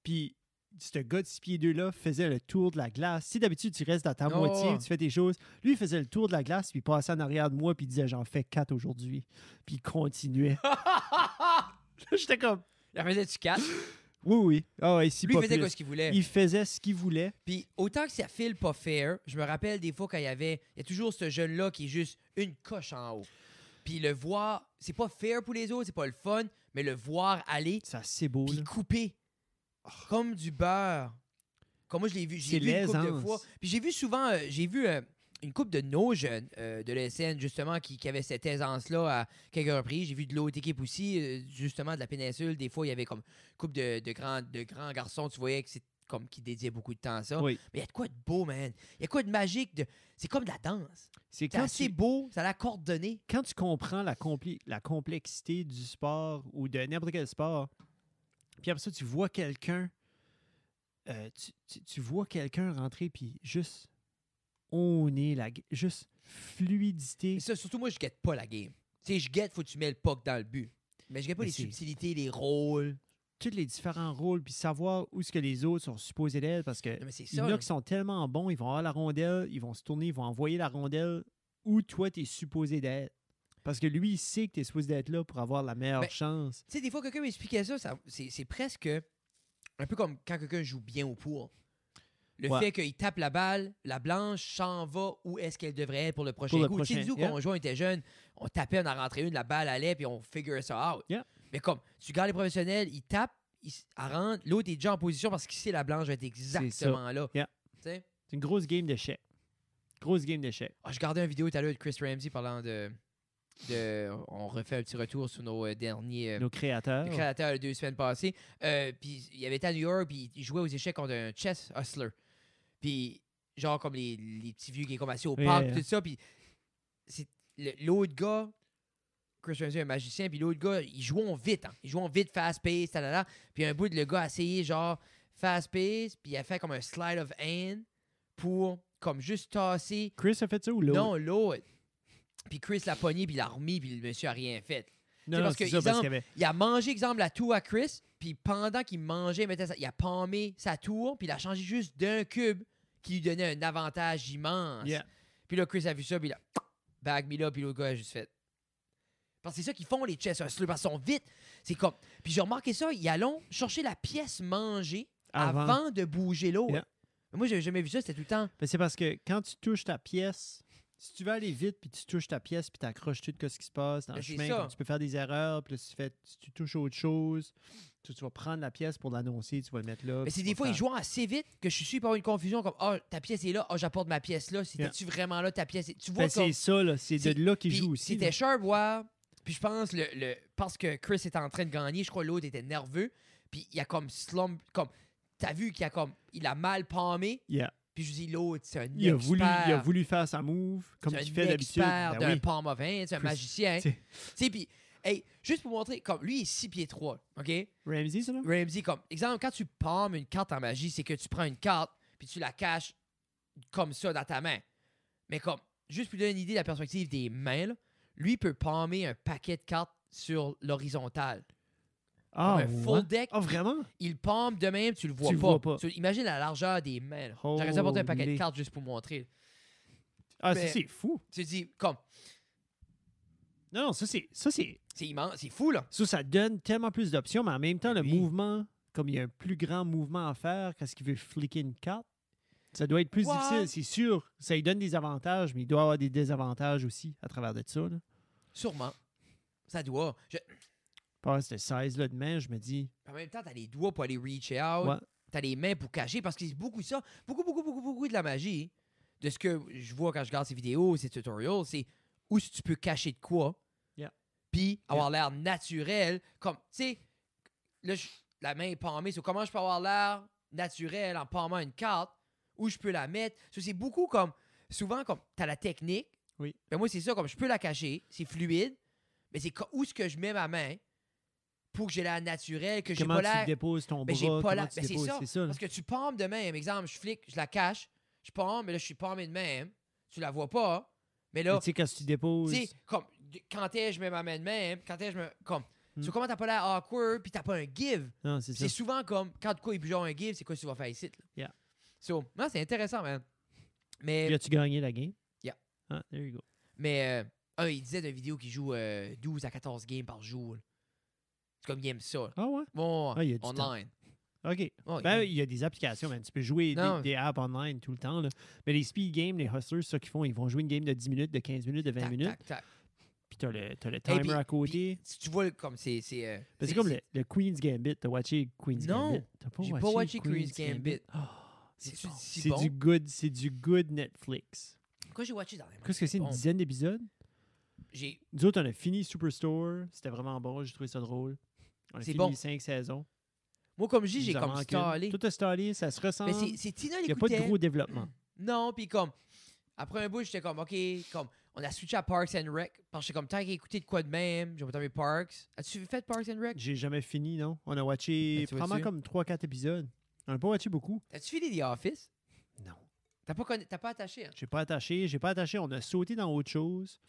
S3: puis ce gars de 6 pieds 2 là faisait le tour de la glace. Si d'habitude tu restes dans ta
S1: Oh, ouais.
S3: moitié, tu fais tes choses, lui il faisait le tour de la glace, puis il passait en arrière de moi, puis il disait j'en fais 4 aujourd'hui. Puis il continuait. J'étais comme
S1: Il en faisait-tu quatre?
S3: oui oui. Ah ouais, si
S1: Lui, il
S3: pas
S1: faisait
S3: plus.
S1: quoi ce qu'il voulait.
S3: Il faisait ce qu'il voulait.
S1: Puis autant que ça file pas fair, je me rappelle des fois quand il y avait. Il y a toujours ce jeune-là qui est juste une coche en haut. Puis le voir, c'est pas fair pour les autres, c'est pas le fun, mais le voir aller,
S3: Ça c'est beau.
S1: puis
S3: là. Ah.
S1: couper. Comme du beurre. Comme moi, je l'ai vu. J'ai
S3: C'est
S1: vu une couple de
S3: l'aisance.
S1: fois. Puis j'ai vu souvent, euh, j'ai vu euh, une coupe de nos jeunes euh, de l'ESN, justement, qui, qui avait cette aisance-là à quelques reprises. J'ai vu de l'autre équipe aussi, euh, justement, de la péninsule. Des fois, il y avait comme une couple de, de, grands, de grands garçons, tu voyais que c'est comme qui dédiaient beaucoup de temps à ça.
S3: Oui.
S1: Mais il y a de quoi de beau, man. Il y a de quoi de magique. De... C'est comme de la danse.
S3: C'est
S1: C'est
S3: quand
S1: assez
S3: tu,
S1: beau, ça a la coordonnée.
S3: quand tu comprends la, compli- la complexité du sport ou de n'importe quel sport, puis après ça, tu vois quelqu'un, euh, tu, tu- tu vois quelqu'un rentrer, puis juste on est la, gue- juste fluidité.
S1: Et ça, surtout, moi, je guette pas la game. Tu sais, je guette, faut que tu mets le puck dans le but. Mais je guette pas
S3: Mais
S1: les
S3: c'est-
S1: subtilités, les rôles.
S3: tous les différents rôles, puis savoir où ce que les autres sont supposés d'être, parce que
S1: Non, mais c'est
S3: il y
S1: ça.
S3: en a
S1: là.
S3: qui sont tellement bons, ils vont avoir la rondelle, ils vont se tourner, ils vont envoyer la rondelle où toi, tu es supposé d'être. Parce que lui, il sait que tu es supposé d'être là pour avoir la meilleure
S1: Ben,
S3: chance.
S1: Tu sais, des fois, quelqu'un m'expliquait ça, ça- c'est, c'est presque un peu comme quand quelqu'un joue bien au pour. Le
S3: Ouais.
S1: fait qu'il tape la balle, la blanche s'en va où est-ce qu'elle devrait être pour le prochain
S3: Pour le
S1: coup. Tu sais,
S3: prochain,
S1: nous,
S3: yeah.
S1: quand on jouait, on était jeunes, on tapait, on en rentrait une, la balle allait, puis on figure ça out.
S3: Yeah.
S1: Mais comme, tu gardes les professionnels, ils tapent, ils s- elle rentre, l'autre est déjà en position parce qu'il sait la blanche va être exactement là.
S3: Yeah.
S1: Tu sais?
S3: C'est une grosse game d'échecs. Grosse game d'échecs.
S1: Ah, je gardais une vidéo tout à l'heure de Chris Ramsey parlant de, de. On refait un petit retour sur nos euh, derniers. euh,
S3: Nos créateurs.
S1: le créateur les deux semaines passées. Euh, puis il avait été à New York, puis il jouait aux échecs contre un chess hustler. Puis genre comme les, les petits vieux qui est comme assis au
S3: Ouais,
S1: parc,
S3: ouais.
S1: tout ça. Puis c'est- le- l'autre gars, Chris Ramsey est un magicien, puis l'autre gars, ils jouent vite. Hein. Ils jouent vite, fast pace, talala. Puis un bout, de le gars a essayé genre fast pace, puis il a fait comme un slide of hand pour comme juste tasser
S3: Chris a fait ça ou l'autre?
S1: non, l'autre. Puis Chris l'a pogné, puis il l'a remis, puis le monsieur a rien fait. c'est
S3: non, non,
S1: parce
S3: c'est
S1: que
S3: ça,
S1: ils
S3: parce
S1: ont-
S3: qu'il y avait-
S1: Il a mangé, exemple, la tour à Chris, puis pendant qu'il mangeait, il, mettait sa- il a palmé sa tour, puis il a changé juste d'un cube qui lui donnait un avantage immense.
S3: Yeah.
S1: Puis là, Chris a vu ça, puis il a bag me là, puis l'autre gars a juste fait. Parce que c'est ça qu'ils font, les chess hustlers, parce qu'ils sont vite. C'est comme. Puis j'ai remarqué ça, ils allons chercher la pièce mangée avant,
S3: Avant.
S1: de bouger l'autre.
S3: Yeah.
S1: Moi, j'avais jamais vu ça, c'était tout le temps.
S3: Ben, c'est parce que quand tu touches ta pièce, si tu veux aller vite, puis tu touches ta pièce, puis tu accroches tout de ce qui se passe dans
S1: Ben,
S3: le
S1: c'est
S3: chemin,
S1: ça.
S3: comme tu peux faire des erreurs, puis là, si tu, fais, si tu touches autre chose, tu, tu vas prendre la pièce pour l'annoncer, tu vas le mettre là.
S1: Mais
S3: puis
S1: c'est
S3: tu
S1: des
S3: vas
S1: fois, ils
S3: faire-
S1: jouent assez vite que je suis sûr par une confusion comme Ah, ta pièce est là, ah, j'apporte ma pièce là. C'était-tu vraiment là, ta pièce est- Tu vois,
S3: Ben,
S1: comme-
S3: c'est ça, là. C'est
S1: C'est-
S3: de là qu'ils
S1: Puis
S3: jouent aussi.
S1: C'était
S3: là.
S1: Sherb, ouais. Puis je pense, le, le- parce que Chris était en train de gagner, je crois que l'autre était nerveux. Puis il a comme slump. Comme, t'as vu qu'il a comme. Il a mal palmé.
S3: Yeah.
S1: Puis je dis, l'autre, c'est un
S3: Il a, voulu, il a
S1: expert.
S3: voulu faire sa move, comme
S1: C'est
S3: il
S1: un
S3: fait d'habitude.
S1: expert
S3: Ben
S1: d'un
S3: oui.
S1: palm of hand, c'est un
S3: Chris,
S1: magicien. hein. Tu
S3: t'sais.
S1: sais, puis, hey, juste pour montrer, comme lui, il est 6 pieds 3. OK?
S3: Ramsey, ça, là?
S1: Ramsey, comme exemple, quand tu palmes une carte en magie, c'est que tu prends une carte puis tu la caches comme ça dans ta main. Mais comme, juste pour donner une idée de la perspective des mains, là, lui peut palmer un paquet de cartes sur l'horizontale.
S3: Ah,
S1: comme un
S3: ouais.
S1: full deck,
S3: Ah, vraiment?
S1: il palme de même, tu le vois
S3: Tu le
S1: pas.
S3: vois pas.
S1: Tu- imagine la largeur des mains. là. J'aurais dû apporter un paquet de
S3: Holy.
S1: cartes juste pour montrer.
S3: Ah,
S1: Mais-
S3: ça, c'est fou.
S1: Tu te dis, comme,
S3: Non, non, ça, c'est... Ça, c'est...
S1: c'est immense, c'est fou, là.
S3: Ça, ça donne tellement plus d'options, mais en même temps, le
S1: Oui.
S3: mouvement, comme il y a un plus grand mouvement à faire quand il veut flicker une carte, ça doit être plus
S1: Ouais.
S3: difficile, c'est sûr. Ça lui donne des avantages, mais il doit avoir des désavantages aussi à travers de ça. Là.
S1: Sûrement. Ça doit. Je-
S3: Par cette size-là de main, je me dis,
S1: En même temps, t'as les doigts pour aller reach out.
S3: Ouais.
S1: T'as les mains pour cacher parce que c'est beaucoup ça. Beaucoup, beaucoup, beaucoup, beaucoup de la magie. De ce que je vois quand je regarde ces vidéos, ces tutorials, c'est où si tu peux cacher de quoi.
S3: Yeah.
S1: Puis avoir l'air naturel. Comme, tu sais, là, je- la main est palmée. So, comment je peux avoir l'air naturel en palmant une carte? Où je peux la mettre? So, c'est beaucoup comme. Souvent, comme, t'as la technique.
S3: Oui.
S1: Mais moi, c'est ça, comme, je peux la cacher. C'est fluide. Mais c'est co- où est-ce que je mets ma main pour que j'ai l'air naturel, que j'ai
S3: comment
S1: pas
S3: tu
S1: l'air.
S3: déposes ton
S1: Mais Ben, j'ai
S3: bras,
S1: pas
S3: comment
S1: la-
S3: tu
S1: mais c'est
S3: déposes,
S1: ça,
S3: c'est ça. là.
S1: Parce que tu palmes de même. Exemple, je flic, je la cache, je palme, mais là, je suis palmé de même. Tu la vois pas. Mais
S3: Mais
S1: là,
S3: Tu sais, quand tu
S1: tu
S3: déposes...
S1: sais, comme, d- quand est-ce que je mets ma main de même, quand est-ce que je me. Comme. Tu
S3: Hmm.
S1: vois comment t'as pas l'air awkward, puis t'as pas un give.
S3: Non, Ah, c'est
S1: Puis
S3: ça.
S1: C'est souvent comme, quand de quoi il genre un give, c'est quoi que tu vas faire ici. là.
S3: Yeah.
S1: So, non, c'est intéressant, man.
S3: Puis
S1: Mais,
S3: as-tu gagné la game?
S1: Yeah.
S3: Ah, there you go.
S1: mais euh, un, il disait d'une vidéo qu'il joue euh, 12 à 14 games par jour. là. C'est comme, il aime ça. là.
S3: Ah ouais?
S1: Bon,
S3: Ah, il y a du temps.
S1: online.
S3: OK.
S1: Oh,
S3: Ben,
S1: il-
S3: il y a des applications, man. Tu peux jouer des-
S1: Non.
S3: des, apps online tout le temps. là. Mais les speed games, les hustlers, c'est ça qu'ils font. Ils vont jouer une game de 10 minutes, de 15 minutes, de 20
S1: tac,
S3: minutes.
S1: tac, tac.
S3: Puis t'as le, t'as le timer
S1: puis-
S3: à côté.
S1: Si tu vois le- comme c'est. C'est euh,
S3: Ben, c'est comme le, le Queen's Gambit. T'as watché Queen's
S1: Non,
S3: Gambit? T'as
S1: j'ai pas watché Queen's Gambit.
S3: Ah, c'est
S1: C'est-tu
S3: bon.
S1: si
S3: C'est
S1: bon?
S3: du good, c'est du good Netflix.
S1: Quoi j'ai watché dans les mains?
S3: Qu'est-ce que c'est, une
S1: Bon.
S3: dizaine d'épisodes?
S1: J'ai.
S3: Nous autres, on a fini Superstore. C'était vraiment bon. J'ai trouvé ça drôle. On a
S1: C'est
S3: fini
S1: bon.
S3: cinq saisons.
S1: Moi, comme je dis, j'ai
S3: Nous en
S1: comme
S3: manque une.
S1: stallé.
S3: Tout a stallé, ça se ressemble.
S1: Mais c'est c'est Tina
S3: Il n'y a pas de
S1: l'écoutait.
S3: gros développement.
S1: Non, puis comme. Après un bout, j'étais comme, OK, comme. On a switché à Parks and Rec. Parce que j'étais comme, tant qu'à écouter de quoi de même, j'ai pas mes Parks. As-tu fait Parks and Rec?
S3: J'ai jamais fini, non? On a watché
S1: As-tu
S3: vraiment
S1: watché?
S3: comme 3-4 épisodes. On n'a pas watché beaucoup.
S1: As-tu fini The Office?
S3: Non.
S1: T'as pas, conna- t'as pas attaché, hein?
S3: J'ai pas attaché, j'ai pas attaché. On a sauté dans autre chose.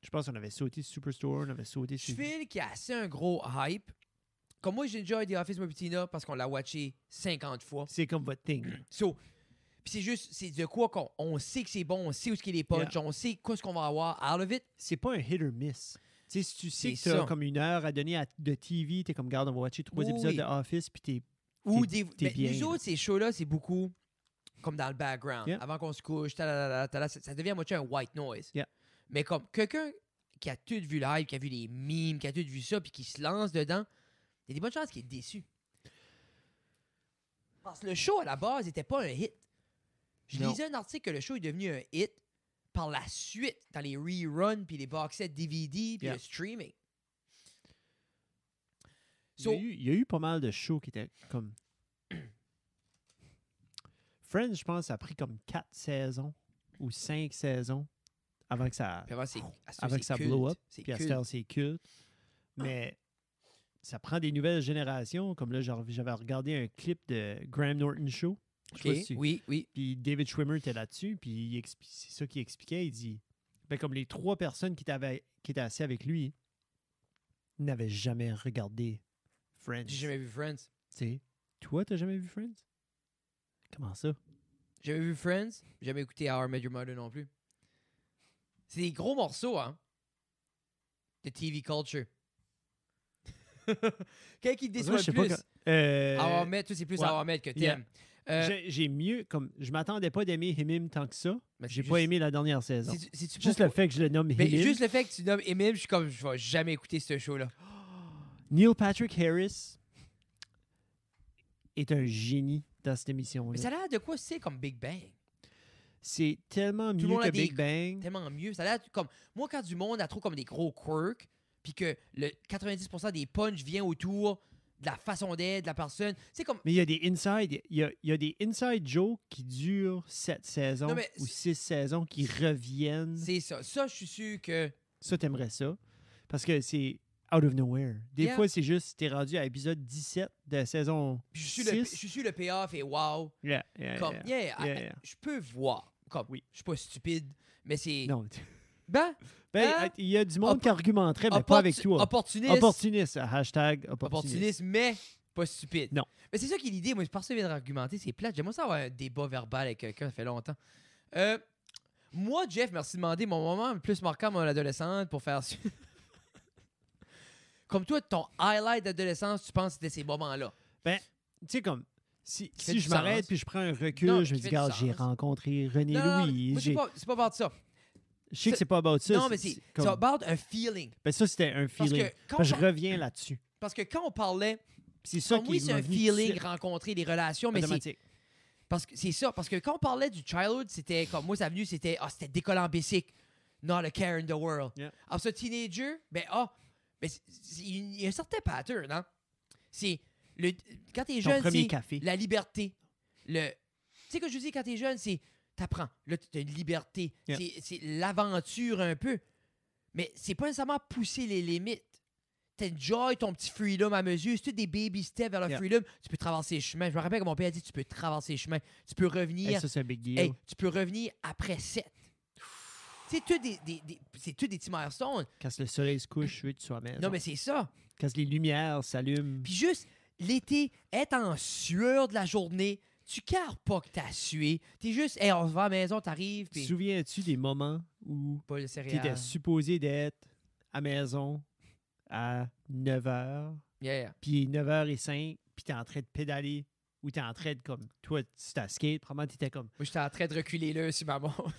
S3: Je pense qu'on avait sauté Superstore, on avait sauté.
S1: Je
S3: sur-
S1: file qu'il y a assez un gros hype. Comme moi, j'ai déjà eu The Office Mobitina parce qu'on l'a watché 50 fois.
S3: C'est comme votre thing.
S1: So, puis c'est juste, c'est de quoi qu'on on sait que c'est bon, on sait où est-ce qu'il est punch, on sait qu'est-ce qu'on va avoir out of it.
S3: C'est pas un hit or miss. Tu sais, si tu sais que
S1: C'est
S3: t'as
S1: ça.
S3: comme une heure à donner à, de TV, t'es comme, garde, on va watcher trois
S1: Oui,
S3: épisodes
S1: oui.
S3: de Office, puis t'es.
S1: Ou
S3: T'es-
S1: des.
S3: t'es
S1: mais
S3: bien,
S1: nous
S3: là.
S1: autres, ces shows-là, c'est beaucoup comme dans le background.
S3: Yeah.
S1: Avant qu'on se couche, talalala, talala, ça, ça devient à moitié un white noise.
S3: Yeah.
S1: Mais comme quelqu'un qui a tout vu live, qui a vu les mimes, qui a tout vu ça, puis qui se lance dedans, il y a des bonnes chances qu'il est déçu. Parce que le show, à la base, n'était pas un hit. Je
S3: Non.
S1: lisais un article que le show est devenu un hit par la suite, dans les reruns, puis les box sets DVD, puis
S3: Yeah.
S1: le streaming.
S3: Il, y
S1: So-
S3: a eu, il y a eu pas mal de shows qui étaient comme. Friends, je pense, a pris comme quatre saisons ou cinq saisons avant que ça.
S1: Puis avant, c'est- à ce-
S3: Avant
S1: c'est
S3: que ça
S1: culte.
S3: blow up,
S1: C'est
S3: Puis à
S1: culte. Ah.
S3: cette heure, c'est culte. Mais ça prend des nouvelles générations. Comme là, genre, j'avais regardé un clip de Graham Norton Show. Je sais pas
S1: Ok,
S3: si tu-
S1: Oui, oui.
S3: Puis David Schwimmer était là-dessus. Puis il expli- c'est ça qu'il expliquait. Il dit ben, comme les trois personnes qui, t'avaient- qui étaient assises avec lui n'avaient jamais regardé Friends.
S1: J'ai jamais vu Friends.
S3: Tu sais, toi, t'as jamais vu Friends? Comment ça?
S1: J'ai jamais vu Friends. J'ai jamais écouté How I Met Your Mother non plus. C'est des gros morceaux, hein? De TV culture. Qu'est-ce qui te déçoit
S3: On dirait, je
S1: le
S3: sais pas
S1: plus?
S3: quand- Euh,
S1: How I Met, toi, c'est plus
S3: ouais.
S1: How I Met que
S3: Yeah.
S1: t'aimes. Euh,
S3: j'ai- J'ai mieux, comme je m'attendais pas d'aimer Himim tant que ça.
S1: mais Ben, c'est
S3: J'ai
S1: juste-
S3: pas aimé la dernière saison.
S1: c'est- c'est-tu
S3: Juste le
S1: pourquoi-
S3: fait que je le nomme
S1: Mais
S3: Himim.
S1: juste le fait que tu nommes Emile, je suis comme, je vais jamais écouter ce show-là.
S3: Neil Patrick Harris est un génie dans cette émission.
S1: Mais ça a l'air de quoi c'est comme Big Bang?
S3: C'est tellement
S1: le
S3: mieux
S1: monde a
S3: que
S1: des-
S3: Big Bang.
S1: Tellement mieux. Ça a l'air comme. Moi, quand du monde a trop comme des gros quirks, puis que le 90% des punchs vient autour de la façon d'être de la personne, c'est comme.
S3: Mais il y a des inside, il y a, il y a des inside jokes qui durent sept saisons
S1: Non, mais
S3: ou
S1: c'est-
S3: six saisons qui reviennent.
S1: C'est ça. Ça, je suis sûr que.
S3: Ça, t'aimerais ça. Parce que c'est out of nowhere. Des
S1: Yeah.
S3: fois, c'est juste, t'es rendu à épisode 17 de la saison
S1: Je suis,
S3: 6.
S1: sûr le, je suis sûr le payoff et wow.
S3: Yeah, yeah,
S1: Comme,
S3: yeah.
S1: yeah, I-
S3: Yeah, yeah.
S1: je peux voir. Comme,
S3: Oui.
S1: je suis pas stupide, mais c'est.
S3: Non.
S1: Ben,
S3: Ben,
S1: Hein?
S3: il y a du monde
S1: Oppo-
S3: qui argumenterait, mais
S1: opportu-
S3: pas avec toi.
S1: Opportuniste.
S3: Opportuniste. Hashtag opportuniste.
S1: opportuniste, mais pas stupide.
S3: Non.
S1: Mais c'est ça qui est l'idée. Moi, je pense que je viens de argumenter. C'est plate. J'aimerais ça avoir un débat verbal avec quelqu'un. Ça fait longtemps. Euh, moi, Jeff, merci de demander mon moment le plus marquant, mon adolescente, pour faire. su- Comme toi, ton highlight d'adolescence, tu penses que c'était ces moments-là.
S3: Tu sais, comme, si,
S1: Qui fait
S3: si
S1: du
S3: je m'arrête
S1: sens.
S3: puis je prends un recul,
S1: Non,
S3: je
S1: qui fait
S3: me dis,
S1: du
S3: regarde, j'ai
S1: sens.
S3: rencontré René
S1: Non, non, non,
S3: Louis.
S1: moi, c'est
S3: j'ai-
S1: pas, c'est pas part de ça.
S3: Je sais que c'est pas about ça.
S1: non, mais c'est.
S3: comme-
S1: Ça parle un feeling.
S3: Ben, ça, c'était un
S1: Parce
S3: feeling.
S1: que, quand
S3: Parce que
S1: on-
S3: je reviens là-dessus.
S1: parce que quand on parlait,
S3: Puis C'est ça
S1: comme
S3: qui
S1: oui, c'est
S3: m'a Ah,
S1: un
S3: venu tout de
S1: feeling,
S3: suite,
S1: rencontrer les relations, mais c'est
S3: automatique.
S1: Parce que c'est ça, parce que quand on parlait du childhood, c'était comme moi, ça a venu, c'était ah, c'était décollant basic, not a care in the world.
S3: Yeah.
S1: Alors, ce teenager, ben ah, ben, c'est- c'est- il y a un certain pattern, hein. C'est le quand t'es
S3: Ton
S1: jeune,
S3: premier
S1: c'est
S3: café.
S1: la liberté. Le, tu sais que je dis quand t'es jeune, c'est t'apprends, là t'as une liberté,
S3: Yeah.
S1: C'est- c'est l'aventure un peu, mais c'est pas nécessairement pousser les limites. T'enjoy ton petit freedom à mesure. C'est des baby steps vers le
S3: Yeah.
S1: freedom. Tu peux traverser le chemin. Je me rappelle que mon père a dit tu peux traverser le chemin. Tu peux revenir.
S3: Hey, ça, c'est un big deal.
S1: Hey, tu peux revenir après 7. C'est tout des, des, des- c'est tout des petits milestones.
S3: Quand le soleil se couche, je veux que tu sois à la maison.
S1: Non, mais c'est ça.
S3: Quand les lumières s'allument.
S1: Puis juste, l'été, être en sueur de la journée, tu cares pas que t'as sué. T'es juste, hey, on va à la maison, t'arrives,
S3: Te
S1: puis
S3: Souviens-tu des moments où
S1: pas le
S3: tu étais
S1: céréal.
S3: supposé d'être à maison à 9h,
S1: Yeah, yeah.
S3: puis 9h05, puis t'es en train de pédaler ou t'es en train de comme. Toi, tu t'as skate, probablement t'étais comme.
S1: Moi, j'étais en train de reculer là sur ma montre.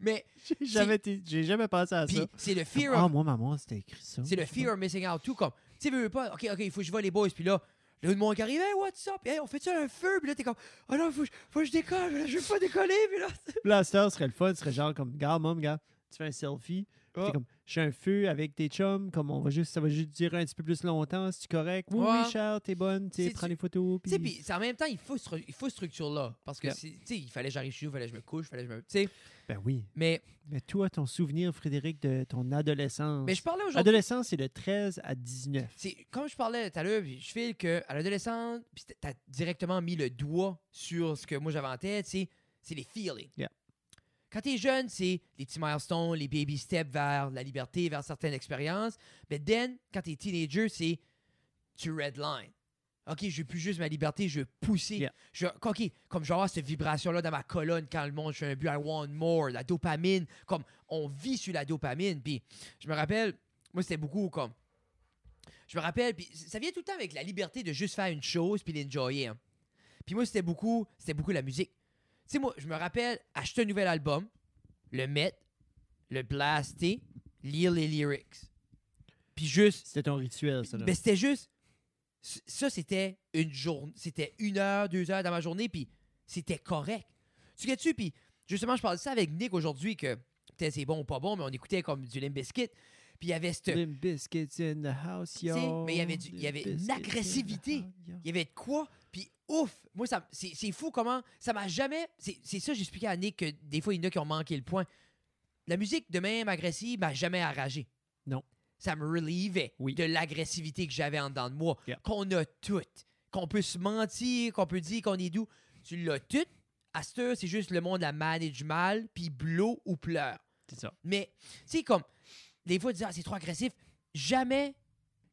S1: Mais,
S3: J'ai jamais, été- j'ai jamais pensé à
S1: puis,
S3: ça.
S1: c'est le fear of
S3: Ah, moi, maman, c'était écrit ça.
S1: C'est le fear of missing out, tout comme. Tu sais, veux, veux pas, ok, ok, il faut que je vois les boys, puis là, là, le monde qui arrive, hey, what's up, hey, on fait ça un feu, puis là, t'es comme, oh non, faut, que je- faut que je décolle, mais là, je veux pas décoller, puis là.
S3: Blaster serait le fun, serait genre comme, regarde, mom, regarde, tu fais un selfie,
S1: Ah.
S3: C'est comme, je suis un feu avec tes chums, comme on va juste, ça va juste durer un petit peu plus longtemps, si tu correct. Oui,
S1: Ouais.
S3: oui, Charles, t'es bonne, tu sais,
S1: C'est-
S3: prends les photos.
S1: Tu
S3: Puis...
S1: sais, puis c'est en même temps, il faut, ce- il faut cette structure-là. Parce que,
S3: Yeah.
S1: c'est- tu sais, il fallait que j'arrive chez nous, il fallait que je me couche, il fallait que je me. Tu sais,
S3: Ben oui.
S1: mais,
S3: Mais toi, ton souvenir, Frédéric, de ton adolescence.
S1: mais je parlais aujourd'hui.
S3: Adolescence, c'est de 13 à 19.
S1: C'est comme je parlais tout à l'heure, puis je file que à l'adolescence, puis t'as t'as directement mis le doigt sur ce que moi j'avais en tête, c'est c'est les feelings.
S3: Yeah.
S1: Quand t'es jeune, c'est les petits milestones, les baby steps vers la liberté, vers certaines expériences. Mais then, quand t'es teenager, c'est tu redline. OK, je veux plus juste ma liberté, je veux pousser.
S3: Yeah.
S1: Je veux- OK, comme je vais avoir cette vibration-là dans ma colonne quand le monde, je suis un but, I want more, la dopamine. Comme, on vit sur la dopamine. Puis, je me rappelle, moi, c'était beaucoup comme... Je me rappelle, puis ça vient tout le temps avec la liberté de juste faire une chose puis l'enjoyer. hein. Puis moi, c'était beaucoup, c'était beaucoup la musique. Tu sais, moi, je me rappelle acheter un nouvel album, le mettre, le blaster, lire les lyrics. Puis juste
S3: C'était ton rituel, ça. là.
S1: mais Ben, c'était juste. c- Ça, c'était une journée. C'était une heure, deux heures dans ma journée, puis c'était correct. Tu sais tu Puis justement, je parlais de ça avec Nick aujourd'hui, que peut-être c'est bon ou pas bon, mais on écoutait comme du Limp Bizkit. Puis il y avait cette.
S3: Limp Bizkit's in the house,
S1: sais,
S3: yo.
S1: mais il y avait du- il y
S3: Limp
S1: avait une
S3: Bizkit's in the
S1: agressivité.
S3: house, yo.
S1: Il y avait de quoi? Puis ouf! Moi, ça, c'est, c'est fou comment ça m'a jamais. C'est, c'est ça, j'expliquais à Nick que des fois, il y en a qui ont manqué le point. La musique de même agressive m'a jamais enragé.
S3: Non.
S1: Ça me relievait
S3: Oui.
S1: de l'agressivité que j'avais en dedans de moi.
S3: Yeah.
S1: Qu'on a toute. Qu'on peut se mentir, qu'on peut dire qu'on est doux. Tu l'as toute. À cette heure, c'est juste le monde la manage mal, puis blow ou pleure.
S3: C'est ça.
S1: Mais, tu sais, comme, des fois, tu dis, ah, c'est trop agressif. Jamais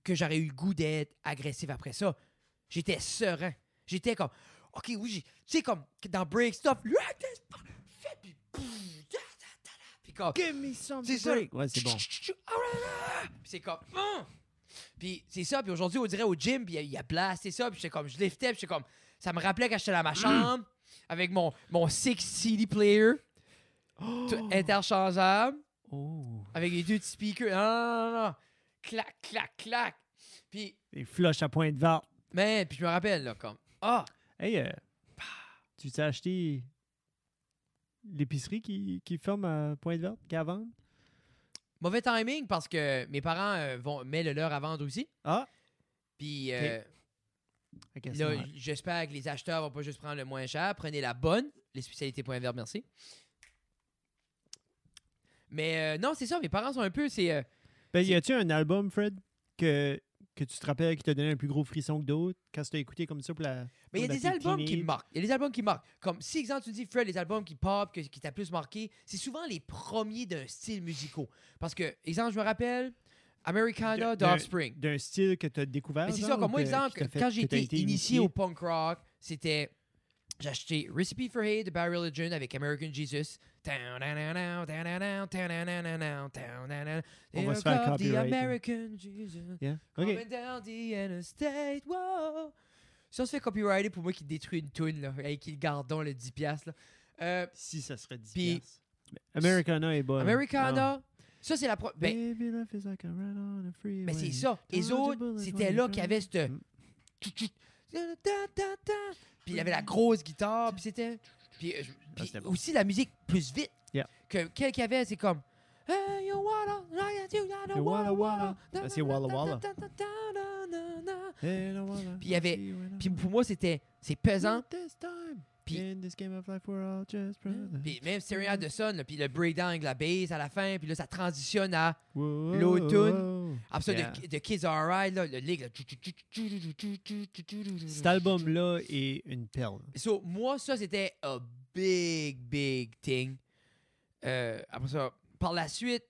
S1: que j'aurais eu le goût d'être agressif après ça. J'étais serein. J'étais comme, OK, oui, j'ai- tu sais, comme, que dans Break Stuff, lui, ah, qu'est-ce que tu fais? Puis, pouf, da, da, da, da. Puis comme,
S3: Give me some
S1: C'est ça.
S3: Ouais, c'est bon.
S1: Chut, chut, chut, ah, là, là. Puis c'est comme, Hum! Puis c'est ça. Puis aujourd'hui, on dirait au gym, puis il y a- il y a place, c'est ça. Puis j'étais comme, je liftais, puis j'étais comme, ça me rappelait quand j'étais dans ma chambre avec mon, mon six CD player tout interchangeable
S3: Oh.
S1: avec les deux petits speakers. Non, non, non, non. Clac, clac, clac. Puis,
S3: Des flushs à point de vente.
S1: mais, puis je me rappelle, là, comme, ah,
S3: Hey, euh, tu t'es acheté l'épicerie qui, qui ferme à point de vente, qui est à vendre?
S1: mauvais timing parce que mes parents euh, vont mettre le leur à vendre aussi.
S3: Ah.
S1: Puis, euh,
S3: Ok, c'est
S1: là,
S3: normal.
S1: j'espère que les acheteurs vont pas juste prendre le moins cher. Prenez la bonne, les spécialités point vert, merci. Mais euh, non, c'est ça, mes parents sont un peu, c'est. euh,
S3: Ben, y a-tu un album, Fred, que, que tu te rappelles qui t'a donné un plus gros frisson que d'autres quand tu as écouté comme ça pour la.
S1: Mais il y a
S3: pour la
S1: des albums qui
S3: piétiner?
S1: me marquent. Il y a des albums qui marquent. Comme si, exemple, tu me dis, Fred, les albums qui pop, que- qui t'a plus marqué, c'est souvent les premiers d'un style musical. Parce que, exemple, je me rappelle, Americana
S3: De- Ah, d'un-
S1: d'Offspring.
S3: D'un style que tu as découvert.
S1: Mais c'est
S3: genre,
S1: ça,
S3: ou
S1: comme moi,
S3: que-
S1: exemple,
S3: qui t'a fait-
S1: quand
S3: que
S1: j'ai
S3: t'as
S1: été initié, au punk rock, c'était. J'ai acheté Recipe for Hate de Barry Religion avec American Jesus.
S3: On va se faire
S1: the
S3: copyright, là.
S1: American Jesus.
S3: Yeah.
S1: Coming
S3: Ok.
S1: down the interstate, wow. Ça se fait copyrighter pour moi qui détruit une toune, là, avec qui le gardons le 10$, là. Euh,
S3: Si ça serait 10
S1: Puis-
S3: piastres. Americana est bonne. Ah.
S1: Americana, ça c'est la pro... Ben,
S3: Baby, life is like a ride on a freeway.
S1: Mais c'est ça. Les autres, c'était là qu'il y avait cette.
S3: Mm.
S1: Puis il y avait la grosse guitare, puis c'était. Puis, euh, je- puis
S3: Ah, c'était bon.
S1: aussi la musique plus vite.
S3: Yeah.
S1: Que quel qu'il y avait, c'est comme. Hey, you wanna- you wanna-
S3: You wanna-
S1: wanna-
S3: Ah, c'est Walla Walla.
S1: Puis il y avait- Puis pour moi, c'était. C'est pesant. Puis-
S3: Mm-hmm.
S1: Puis même Serial de Sun, là, puis le breakdown avec la bass à la fin, puis là, ça transitionne à. l'automne. Après ça,
S3: Yeah.
S1: de, de Kids Are Right, là, le lick. là.
S3: Cet album-là est une perle.
S1: So, moi, ça, c'était a big, big thing. Euh, après ça, par la suite,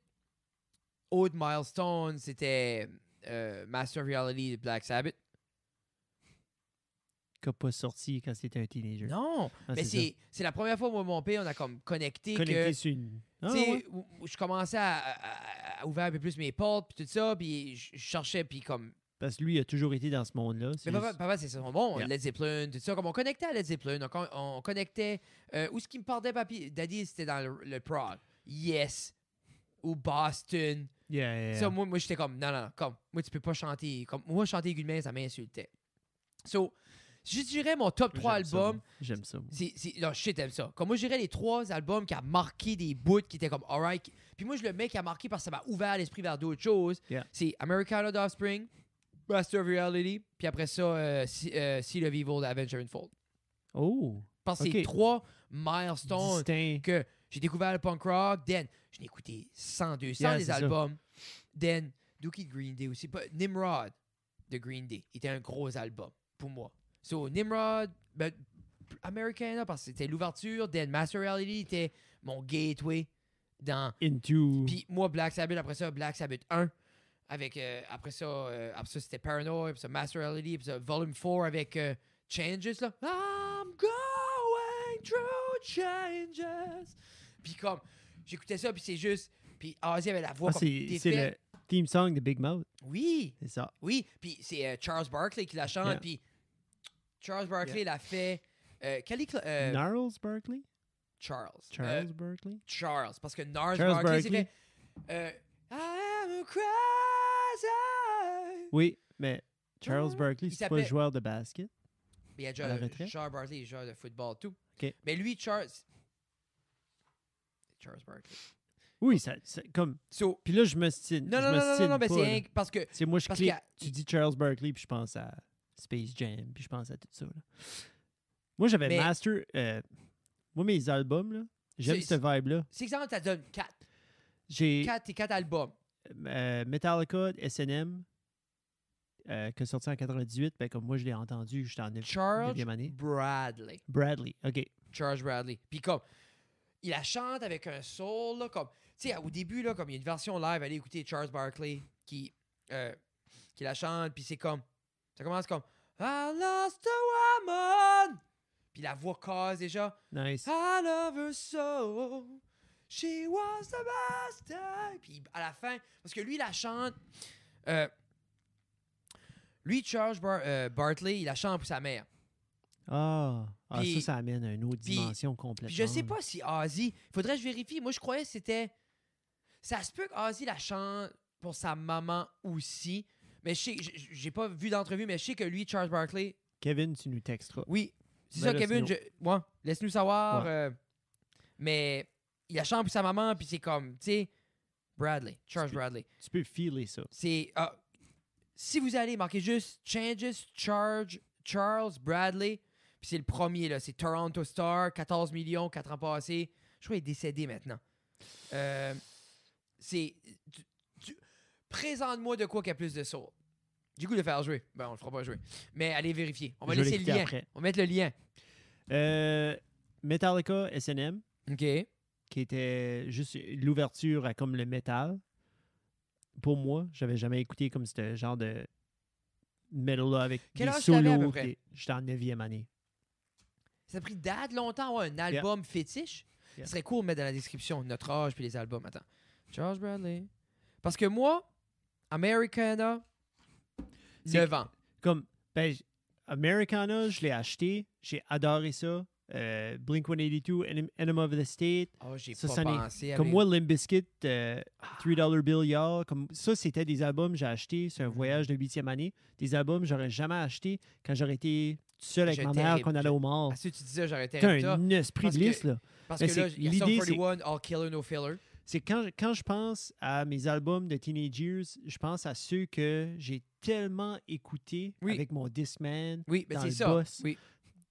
S1: autre milestone, c'était euh, Master of Reality de Black Sabbath.
S3: Qui n'a pas sorti quand c'était un teenager.
S1: Non,
S3: Ah,
S1: mais
S3: c'est
S1: c'est c'est la première fois, moi, et mon père, on a comme connecté.
S3: Connecté
S1: que,
S3: sur une. Ah,
S1: tu sais,
S3: ouais.
S1: où- où je commençais à, à- à- à ouvrir un peu plus mes portes, puis tout ça, puis je je cherchais, puis comme.
S3: Parce que lui, il a toujours été dans ce monde-là. c'est
S1: Mais papa,
S3: juste-
S1: papa, c'est ça, bon,
S3: Yeah.
S1: Led Zeppelin, tout ça, comme on connectait à Led Zeppelin, on, con- on connectait. euh, où ce qui me parlait, papi, Daddy, c'était dans le, le Prague. Yes. Ou Boston.
S3: Yeah, yeah, yeah.
S1: Ça, moi, moi j'étais comme, non, non, non, comme, moi, tu peux pas chanter. Comme, moi, chanter Gulmain, ça m'insultait. So, Je dirais mon top 3
S3: J'aime ça,
S1: albums.
S3: moi. J'aime ça. moi.
S1: C'est, c'est, non, shit, t'aimes ça. Comme moi, je dirais les trois albums qui a marqué des bouts qui étaient comme alright. qui- Puis moi, je le mets qui a marqué parce que ça m'a ouvert l'esprit vers d'autres choses.
S3: Yeah.
S1: C'est Americana d'Offspring, Master of Reality, puis après ça, euh, Sea euh, Seal of Evil d'Avenger Unfold.
S3: Oh,
S1: Je pense que
S3: Ok.
S1: c'est trois milestones
S3: distinct.
S1: que j'ai découvert le punk rock. Then, j'ai écouté 100, 200
S3: Yeah,
S1: des
S3: c'est ça.
S1: albums. Then, Dookie de Green Day aussi. Pas- Nimrod de Green Day était un gros album pour moi. So, Nimrod, ben, Americana, parce que c'était l'ouverture. Then, Master Reality était mon gateway dans.
S3: Into.
S1: Puis moi, Black Sabbath, après ça, Black Sabbath 1. Avec, euh, après ça, euh, après ça c'était Paranoid, après ça, Master Reality, après ça, Volume 4 avec euh, Changes, là. I'm going through changes. Puis comme, j'écoutais ça, puis c'est juste... Puis Ozzy avait la voix
S3: Ah,
S1: comme
S3: c'est c'est
S1: défaite.
S3: le theme song de Big Mouth.
S1: Oui,
S3: C'est ça.
S1: oui. Puis c'est euh, Charles Barkley qui la chante,
S3: Yeah.
S1: puis Charles Barkley l'a fait... Euh, quel est... cla- euh,
S3: Gnarls Berkeley?
S1: Charles. Euh,
S3: Charles Berkeley?
S1: Charles, parce que Nars
S3: Charles
S1: Barkley, c'est
S3: Barkley.
S1: fait... euh, I am crazy.
S3: Oui, mais Charles
S1: Ah,
S3: Berkeley,
S1: il
S3: c'est pas le
S1: s'appelle-
S3: joueur de basket.
S1: Mais il y a
S3: À
S1: déjà
S3: la
S1: euh,
S3: retraite?
S1: Charles Barkley, joueur de football, tout.
S3: OK.
S1: Mais lui, Charles. Charles Barkley.
S3: Oui, ça, ça- comme.
S1: So,
S3: Puis là, je me stine.
S1: non, non, non, non, non, non, mais c'est rien que- parce que.
S3: C'est moi, je
S1: parce
S3: clique.
S1: qu'il y a-
S3: Tu dis Charles Berkeley, puis je pense à Space Jam, puis je pense à tout ça. là. Moi, j'avais
S1: Mais-
S3: Master. euh, moi, mes albums, là, j'aime
S1: C'est-
S3: ce vibe-là.
S1: C'est exemple, ça donne 4.
S3: J'ai
S1: 4 et 4 albums.
S3: euh, Metallica, SNM, euh, qui est sorti en 98. Ben, comme moi, je l'ai entendu, j'étais en 9
S1: Charles
S3: année.
S1: Bradley.
S3: Bradley, OK.
S1: Charles Bradley. Puis comme. Il la chante avec un soul, là, comme. Tu sais, au début, là, comme il y a une version live, allez écouter Charles Barkley qui, euh, qui la chante, puis c'est comme. Ça commence comme. I lost a woman! Puis la voix casse déjà.
S3: Nice.
S1: I love her so. She was the best. time. Puis à la fin, parce que lui, il la chante. euh, lui, Charles Bar- euh, Bartley, il la chante pour sa mère.
S3: Ah, Ah,
S1: Puis-
S3: ça, ça amène à une autre
S1: puis-
S3: dimension complètement.
S1: Puis je sais
S3: là.
S1: pas si Ozzy. Faudrait que je vérifie. Moi, je croyais que c'était. Ça se peut que Ozzy la chante pour sa maman aussi. Mais je sais, j- j- j'ai pas vu d'entrevue, mais je sais que lui, Charles Barkley,
S3: Kevin, tu nous texteras.
S1: Oui, c'est
S3: Ben,
S1: ça,
S3: laisse-nous.
S1: Kevin. je- ouais, laisse-nous savoir.
S3: Ouais.
S1: euh, mais il a chante pour sa maman, puis c'est comme, tu sais, Bradley, Charles
S3: C'est-
S1: Bradley.
S3: Tu peux filer ça.
S1: C'est. ah, si vous allez marquer juste Changes, Charge, Charles, Bradley, puis c'est le premier, là, c'est Toronto Star, 14 millions, 4 ans passés. Je crois qu'il est décédé maintenant. Euh, c'est. tu- tu- Présente-moi de quoi qu'il y a plus de soul. Du coup, le faire jouer. Ben, on le fera pas jouer. Mais allez vérifier. On va
S3: Je vais
S1: laisser le
S3: l'écouter
S1: lien.
S3: après.
S1: On va mettre le lien.
S3: Euh, Metallica, SNM,
S1: OK.
S3: qui était juste l'ouverture à comme le métal. Pour moi, j'avais jamais écouté comme ce genre de metal-là avec
S1: Quel
S3: des
S1: âge t'avais à peu
S3: solos.
S1: près?
S3: des- J'étais en 9e année.
S1: Ça a pris date longtemps avoir un album fétiche.
S3: Yeah.
S1: Ce serait cool de mettre dans la description notre âge puis les albums. Attends. Charles Bradley. Parce que moi, Americana,
S3: C'est-
S1: 9 ans.
S3: Comme, ben, j- Americana, je l'ai acheté. J'ai adoré ça. Euh, Blink-182, Enem- Enema of the State.
S1: Oh, j'ai
S3: Ça,
S1: pas
S3: ça n'est-
S1: pensé. à
S3: Comme
S1: mes-
S3: moi, Limp Bizkit, euh,
S1: Ah.
S3: $3 Bill Yard, comme ça, c'était des albums que j'ai achetés sur un
S1: Mm-hmm.
S3: voyage de huitième année. Des albums que j'aurais jamais acheté quand j'aurais été tout seul avec
S1: Je
S3: ma mère
S1: t'ai-
S3: qu'on allait au mort.
S1: Ah, si tu dis ça, j'aurais été
S3: T'as
S1: avec toi.
S3: un esprit
S1: parce
S3: de
S1: que-
S3: liste, là.
S1: Parce
S3: mais
S1: que là,
S3: c'est-
S1: il y a Sum
S3: l'idée,
S1: 41, All Killer, No Filler.
S3: C'est quand, quand je pense à mes albums de Teenage Years, je pense à ceux que j'ai tellement écoutés
S1: Oui.
S3: avec mon Discman,
S1: Oui, mais
S3: Dans
S1: c'est
S3: le
S1: ça.
S3: boss.
S1: Oui.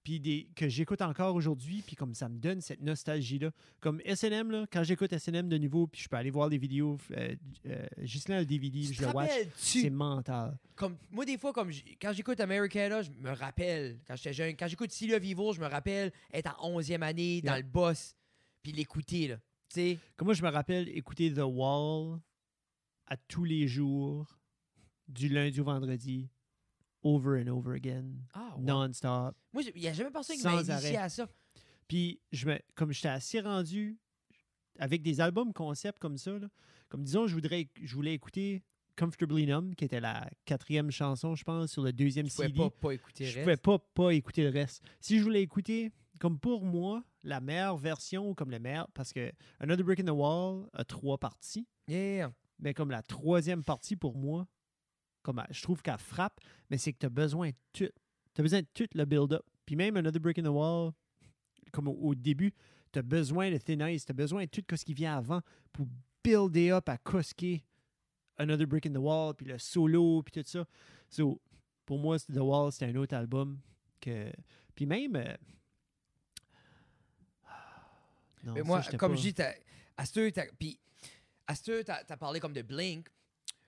S3: puis des, que j'écoute encore aujourd'hui, puis comme ça me donne cette nostalgie-là. Comme SNM, là, quand j'écoute SNM de nouveau, puis je peux aller voir des vidéos, euh, euh, Ghislain a le DVD,
S1: Tu
S3: je
S1: te
S3: le watch.
S1: rappelles-tu
S3: C'est mental.
S1: comme moi des fois comme j- quand j'écoute Americana, je me rappelle quand j'étais jeune, quand j'écoute Silvio Vivo, je me rappelle être en 11e année dans
S3: Yeah.
S1: le boss puis l'écouter là. Tu sais,
S3: Comme moi, je me rappelle écouter The Wall à tous les jours, du lundi au vendredi, over and over again,
S1: ah ouais.
S3: non-stop.
S1: Moi il y a jamais personne qui m'a
S3: Sans
S1: initié
S3: arrêt.
S1: à ça.
S3: Puis, je me, comme j'étais assez rendu avec des albums concept comme ça, là, comme disons, je, voudrais, je voulais écouter Comfortably Numb, qui était la quatrième chanson, je pense, sur le deuxième
S1: Je pouvais
S3: CD.
S1: pas pas écouter
S3: je
S1: reste.
S3: pouvais pas pas écouter le reste. Si je voulais écouter, comme pour moi, la meilleure version, comme la meilleure, parce que Another Brick in the Wall a trois parties,
S1: Yeah.
S3: mais Ben, comme la troisième partie pour moi, comme elle- je trouve qu'elle frappe, mais c'est que tu as besoin de tout. T'as besoin de tout le build-up. Puis même Another Brick in the Wall, comme au, au début, t'as besoin de Thin Ice, t'as besoin de tout ce qui vient avant pour builder up à cosquer Another Brick in the Wall, puis le solo, puis tout ça. So, pour moi, c'est- The Wall, c'est un autre album que... Puis même... euh, non,
S1: Mais
S3: ça,
S1: moi,
S3: j'étais
S1: comme
S3: pas-
S1: je dis, t'as- à ce t'as- puis à ce t'as t'as parlé comme de Blink,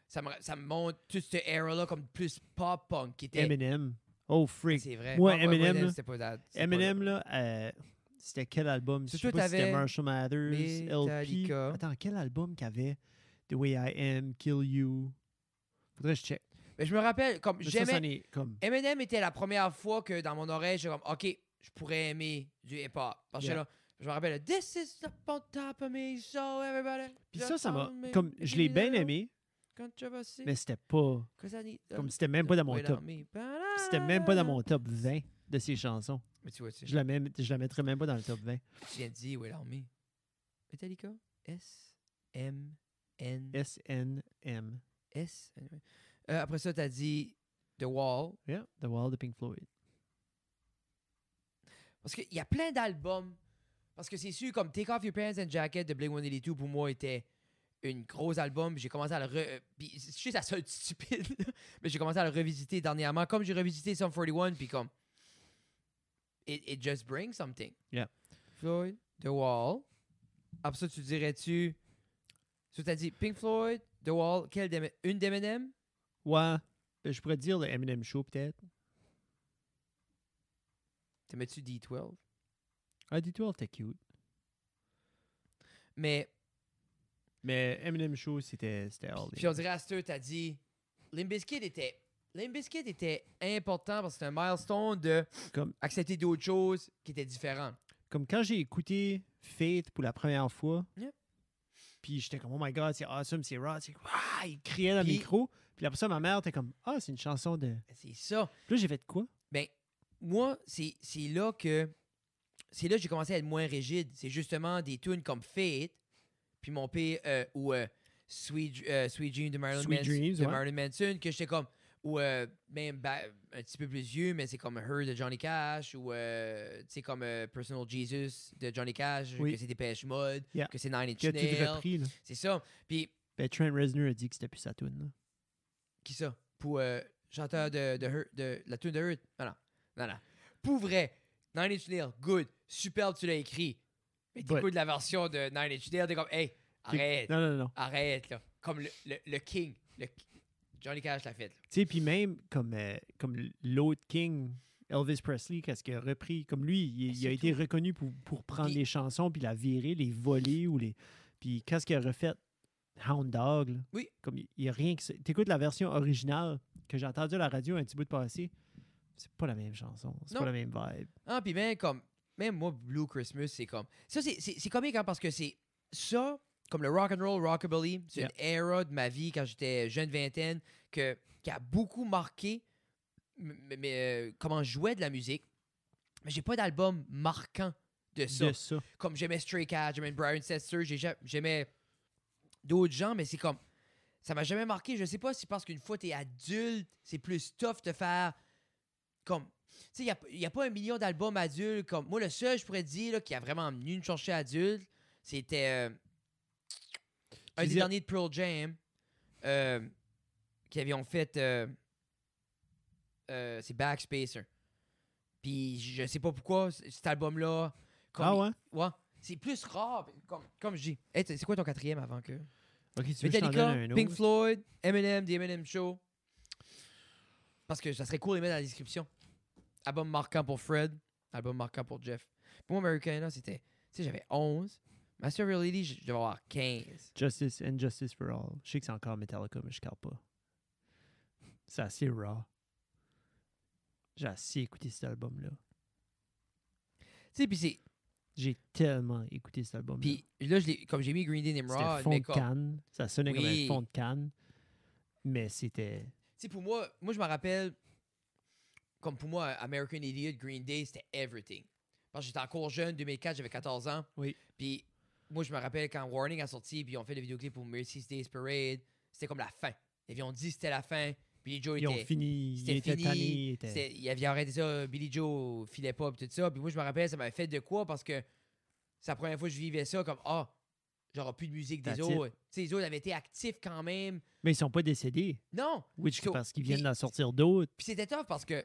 S1: ça me, ça me montre toute cette era-là comme plus pop-punk qui était...
S3: Eminem. Oh, freak.
S1: C'est vrai.
S3: Moi,
S1: Ah, ouais,
S3: Eminem,
S1: c'était pas dans- c'était pas
S3: Eminem, là, euh, c'était quel album? Je
S1: C'est
S3: sais
S1: sûr,
S3: pas si c'était
S1: t'avais
S3: Marshall Mathers, LP.
S1: Metallica.
S3: Attends, quel album qu'il y avait? The Way I Am, Kill You. Faudrait que je check.
S1: Mais je me rappelle, comme
S3: Mais ça, ça
S1: j'aimais...
S3: en est comme...
S1: Eminem était la première fois que dans mon oreille, j'étais comme, OK, je pourrais aimer du hip-hop. Parce que
S3: Yeah.
S1: là, je me rappelle, This is up on top of me, so everybody.
S3: Puis ça, ça m'a...
S1: just on me,
S3: Comme, je l'ai bien
S1: you know,
S3: aimé,
S1: Controversy.
S3: mais c'était pas... Comme c'était même pas dans mon top. C'était même pas dans mon top 20 de ses chansons.
S1: Mais tu vois, tu,
S3: Je la, mets- je la mettrais même pas dans le top 20.
S1: tu viens de dire Will Army. Metallica. S. M. N.
S3: S.N.M.
S1: S. anyway. Euh, après ça, t'as dit The Wall.
S3: Yeah, The Wall de Pink Floyd.
S1: Parce qu'il y a plein d'albums. Parce que c'est sûr, comme Take Off Your Pants and Jacket de Blink-182, pour moi, était un gros album. J'ai commencé à le... Re... euh, Puis c'est juste la seule stupide, là. Mais j'ai commencé à le revisiter dernièrement. Comme j'ai revisité Sum 41, puis comme... It, it just brings something.
S3: Yeah.
S1: Floyd, The Wall. Après ça, tu dirais-tu... Tu t'as dit Pink Floyd, The Wall, quelle d'Em- une d'Eminem?
S3: Ouais, ben, je pourrais dire le Eminem Show, peut-être.
S1: T'aimais-tu D12?
S3: Ah, D12, t'es cute.
S1: Mais...
S3: Mais Eminem Show, c'était c'était all
S1: Puis
S3: day.
S1: on dirait à tu t'as dit Limbiskit était Limbiskit était important parce que c'est un milestone de
S3: Comme-
S1: accepter d'autres choses qui étaient différentes.
S3: Comme quand j'ai écouté Faith pour la première fois,
S1: Yep.
S3: puis j'étais comme, oh my god, c'est awesome, c'est raw, c'est Ah, il criait dans le
S1: Puis-
S3: micro. Puis après ça, ma mère était comme, ah, c'est une chanson de.
S1: Ben, C'est ça.
S3: Puis là, j'ai fait de quoi
S1: Ben moi c'est c'est là que c'est là que j'ai commencé à être moins rigide. C'est justement des tunes comme Fate puis mon père euh, ou euh, Sweet Dr- euh, Sweet Dream de Marilyn
S3: Sweet
S1: Manson
S3: Dreams,
S1: de
S3: ouais.
S1: Marilyn Manson que j'étais comme ou euh, même ba- un petit peu plus vieux mais c'est comme Her de Johnny Cash ou euh, tu sais comme euh, Personal Jesus de Johnny Cash
S3: Oui.
S1: que c'est Dépêche Mode
S3: Yeah.
S1: que c'est Nine Inch
S3: Qui a tout
S1: Nails
S3: repris, là.
S1: c'est ça puis
S3: Ben, Trent Reznor a dit que c'était plus sa tune, là.
S1: qui ça? Pour euh, chanteur de, de, Hurt- de la tune de Hurt. Non, non, non, non. Pour vrai, Nine Inch Nails, good, superbe, tu l'as écrit. Mais
S3: But-
S1: t'écoutes la version de Nine Inch Nails, t'es comme, hey,
S3: T'es-
S1: arrête,
S3: Non, non, non.
S1: arrête, là. Comme le, le- le King, le Johnny Cash l'a fait. là.
S3: Tu sais, puis même comme, euh, comme l'autre King, Elvis Presley, qu'est-ce qu'il a repris, comme lui, il, il a
S1: Ben, c'est
S3: été reconnu pour, pour prendre
S1: Puis-
S3: les chansons, puis la virer, les voler, ou les... Puis qu'est-ce qu'il a refait? Hound Dog, là.
S1: Oui.
S3: Comme il n'y a rien que ça. T'écoutes la version originale que j'ai entendue à la radio un petit bout de passé, c'est pas la même chanson, c'est
S1: Non.
S3: pas la même vibe.
S1: Ah, puis même comme, même moi, Blue Christmas, c'est comme, ça, c'est- c'est c'est comique, hein, parce que c'est ça, comme le rock and roll, rockabilly, c'est
S3: Yeah.
S1: une era de ma vie quand j'étais jeune vingtaine que, qui a beaucoup marqué m- m- mais, euh, comment je jouais de la musique. Mais j'ai pas d'album marquant de ça.
S3: De ça.
S1: Comme j'aimais Stray Cat, j'aimais Brian Setzer, j'ai ja- j'aimais d'autres gens, mais c'est comme, ça m'a jamais marqué. Je sais pas si parce qu'une fois t'es adulte, c'est plus tough de faire comme tu sais, il n'y a, pas un million d'albums adultes. Comme, moi, le seul, je pourrais dire, là, qui a vraiment venu une chercher adulte, c'était euh, un des
S3: disais-
S1: derniers de Pearl Jam euh, qui avaient fait. euh, euh, c'est Backspacer. Puis je sais pas pourquoi, c- cet album-là. comme
S3: Ah
S1: il-
S3: ouais?
S1: ouais, C'est plus rare, comme, comme je dis. Hey, t- c'est quoi ton quatrième avant que.
S3: Ok, tu veux que je t'en
S1: Metallica,
S3: donne un autre?
S1: Pink Floyd, Eminem, The Eminem Show. Parce que ça serait cool de les mettre dans la description. Album marquant pour Fred, album marquant pour Jeff. Pour moi, Americana, c'était. Tu sais, j'avais 11. Master of Reality, je je devais avoir 15.
S3: Justice and Justice for All. Je sais que c'est encore Metallica, mais je ne pas. C'est assez raw. J'ai assez écouté cet album-là.
S1: Tu sais, puis c'est.
S3: J'ai tellement écouté cet album.
S1: Puis là, je l'ai- comme j'ai mis Green Day
S3: c'était
S1: Nimrod,
S3: fond
S1: mais
S3: de
S1: comme.
S3: canne. Ça sonnait comme
S1: Oui.
S3: un fond de canne. Mais c'était.
S1: Tu sais, pour moi, moi, je me rappelle, comme pour moi, American Idiot, Green Day, c'était everything. Parce que j'étais encore jeune, 2004, j'avais 14 ans.
S3: Oui.
S1: Puis moi, je me rappelle quand Warning a sorti, puis ils ont fait le vidéoclip pour Mercy's Days Parade, c'était comme la fin. Et puis on dit c'était la fin, Billy Joe
S3: Ils ont
S1: était.
S3: fini. Ils
S1: c'était
S3: étaient
S1: fini,
S3: tannés. ils étaient-
S1: c'était- Il y avait arrêté ça, Billy Joe filait pas, pis tout ça. Puis moi, je me rappelle, ça m'avait fait de quoi parce que c'est la première fois que je vivais ça, comme ah, j'aurais plus de musique des
S3: That's it.
S1: autres. Tu sais, les autres avaient été actifs quand même.
S3: Mais ils sont pas décédés.
S1: Non!
S3: Which,
S1: So,
S3: parce qu'ils
S1: puis-
S3: viennent d'en sortir d'autres.
S1: Puis c'était tough parce que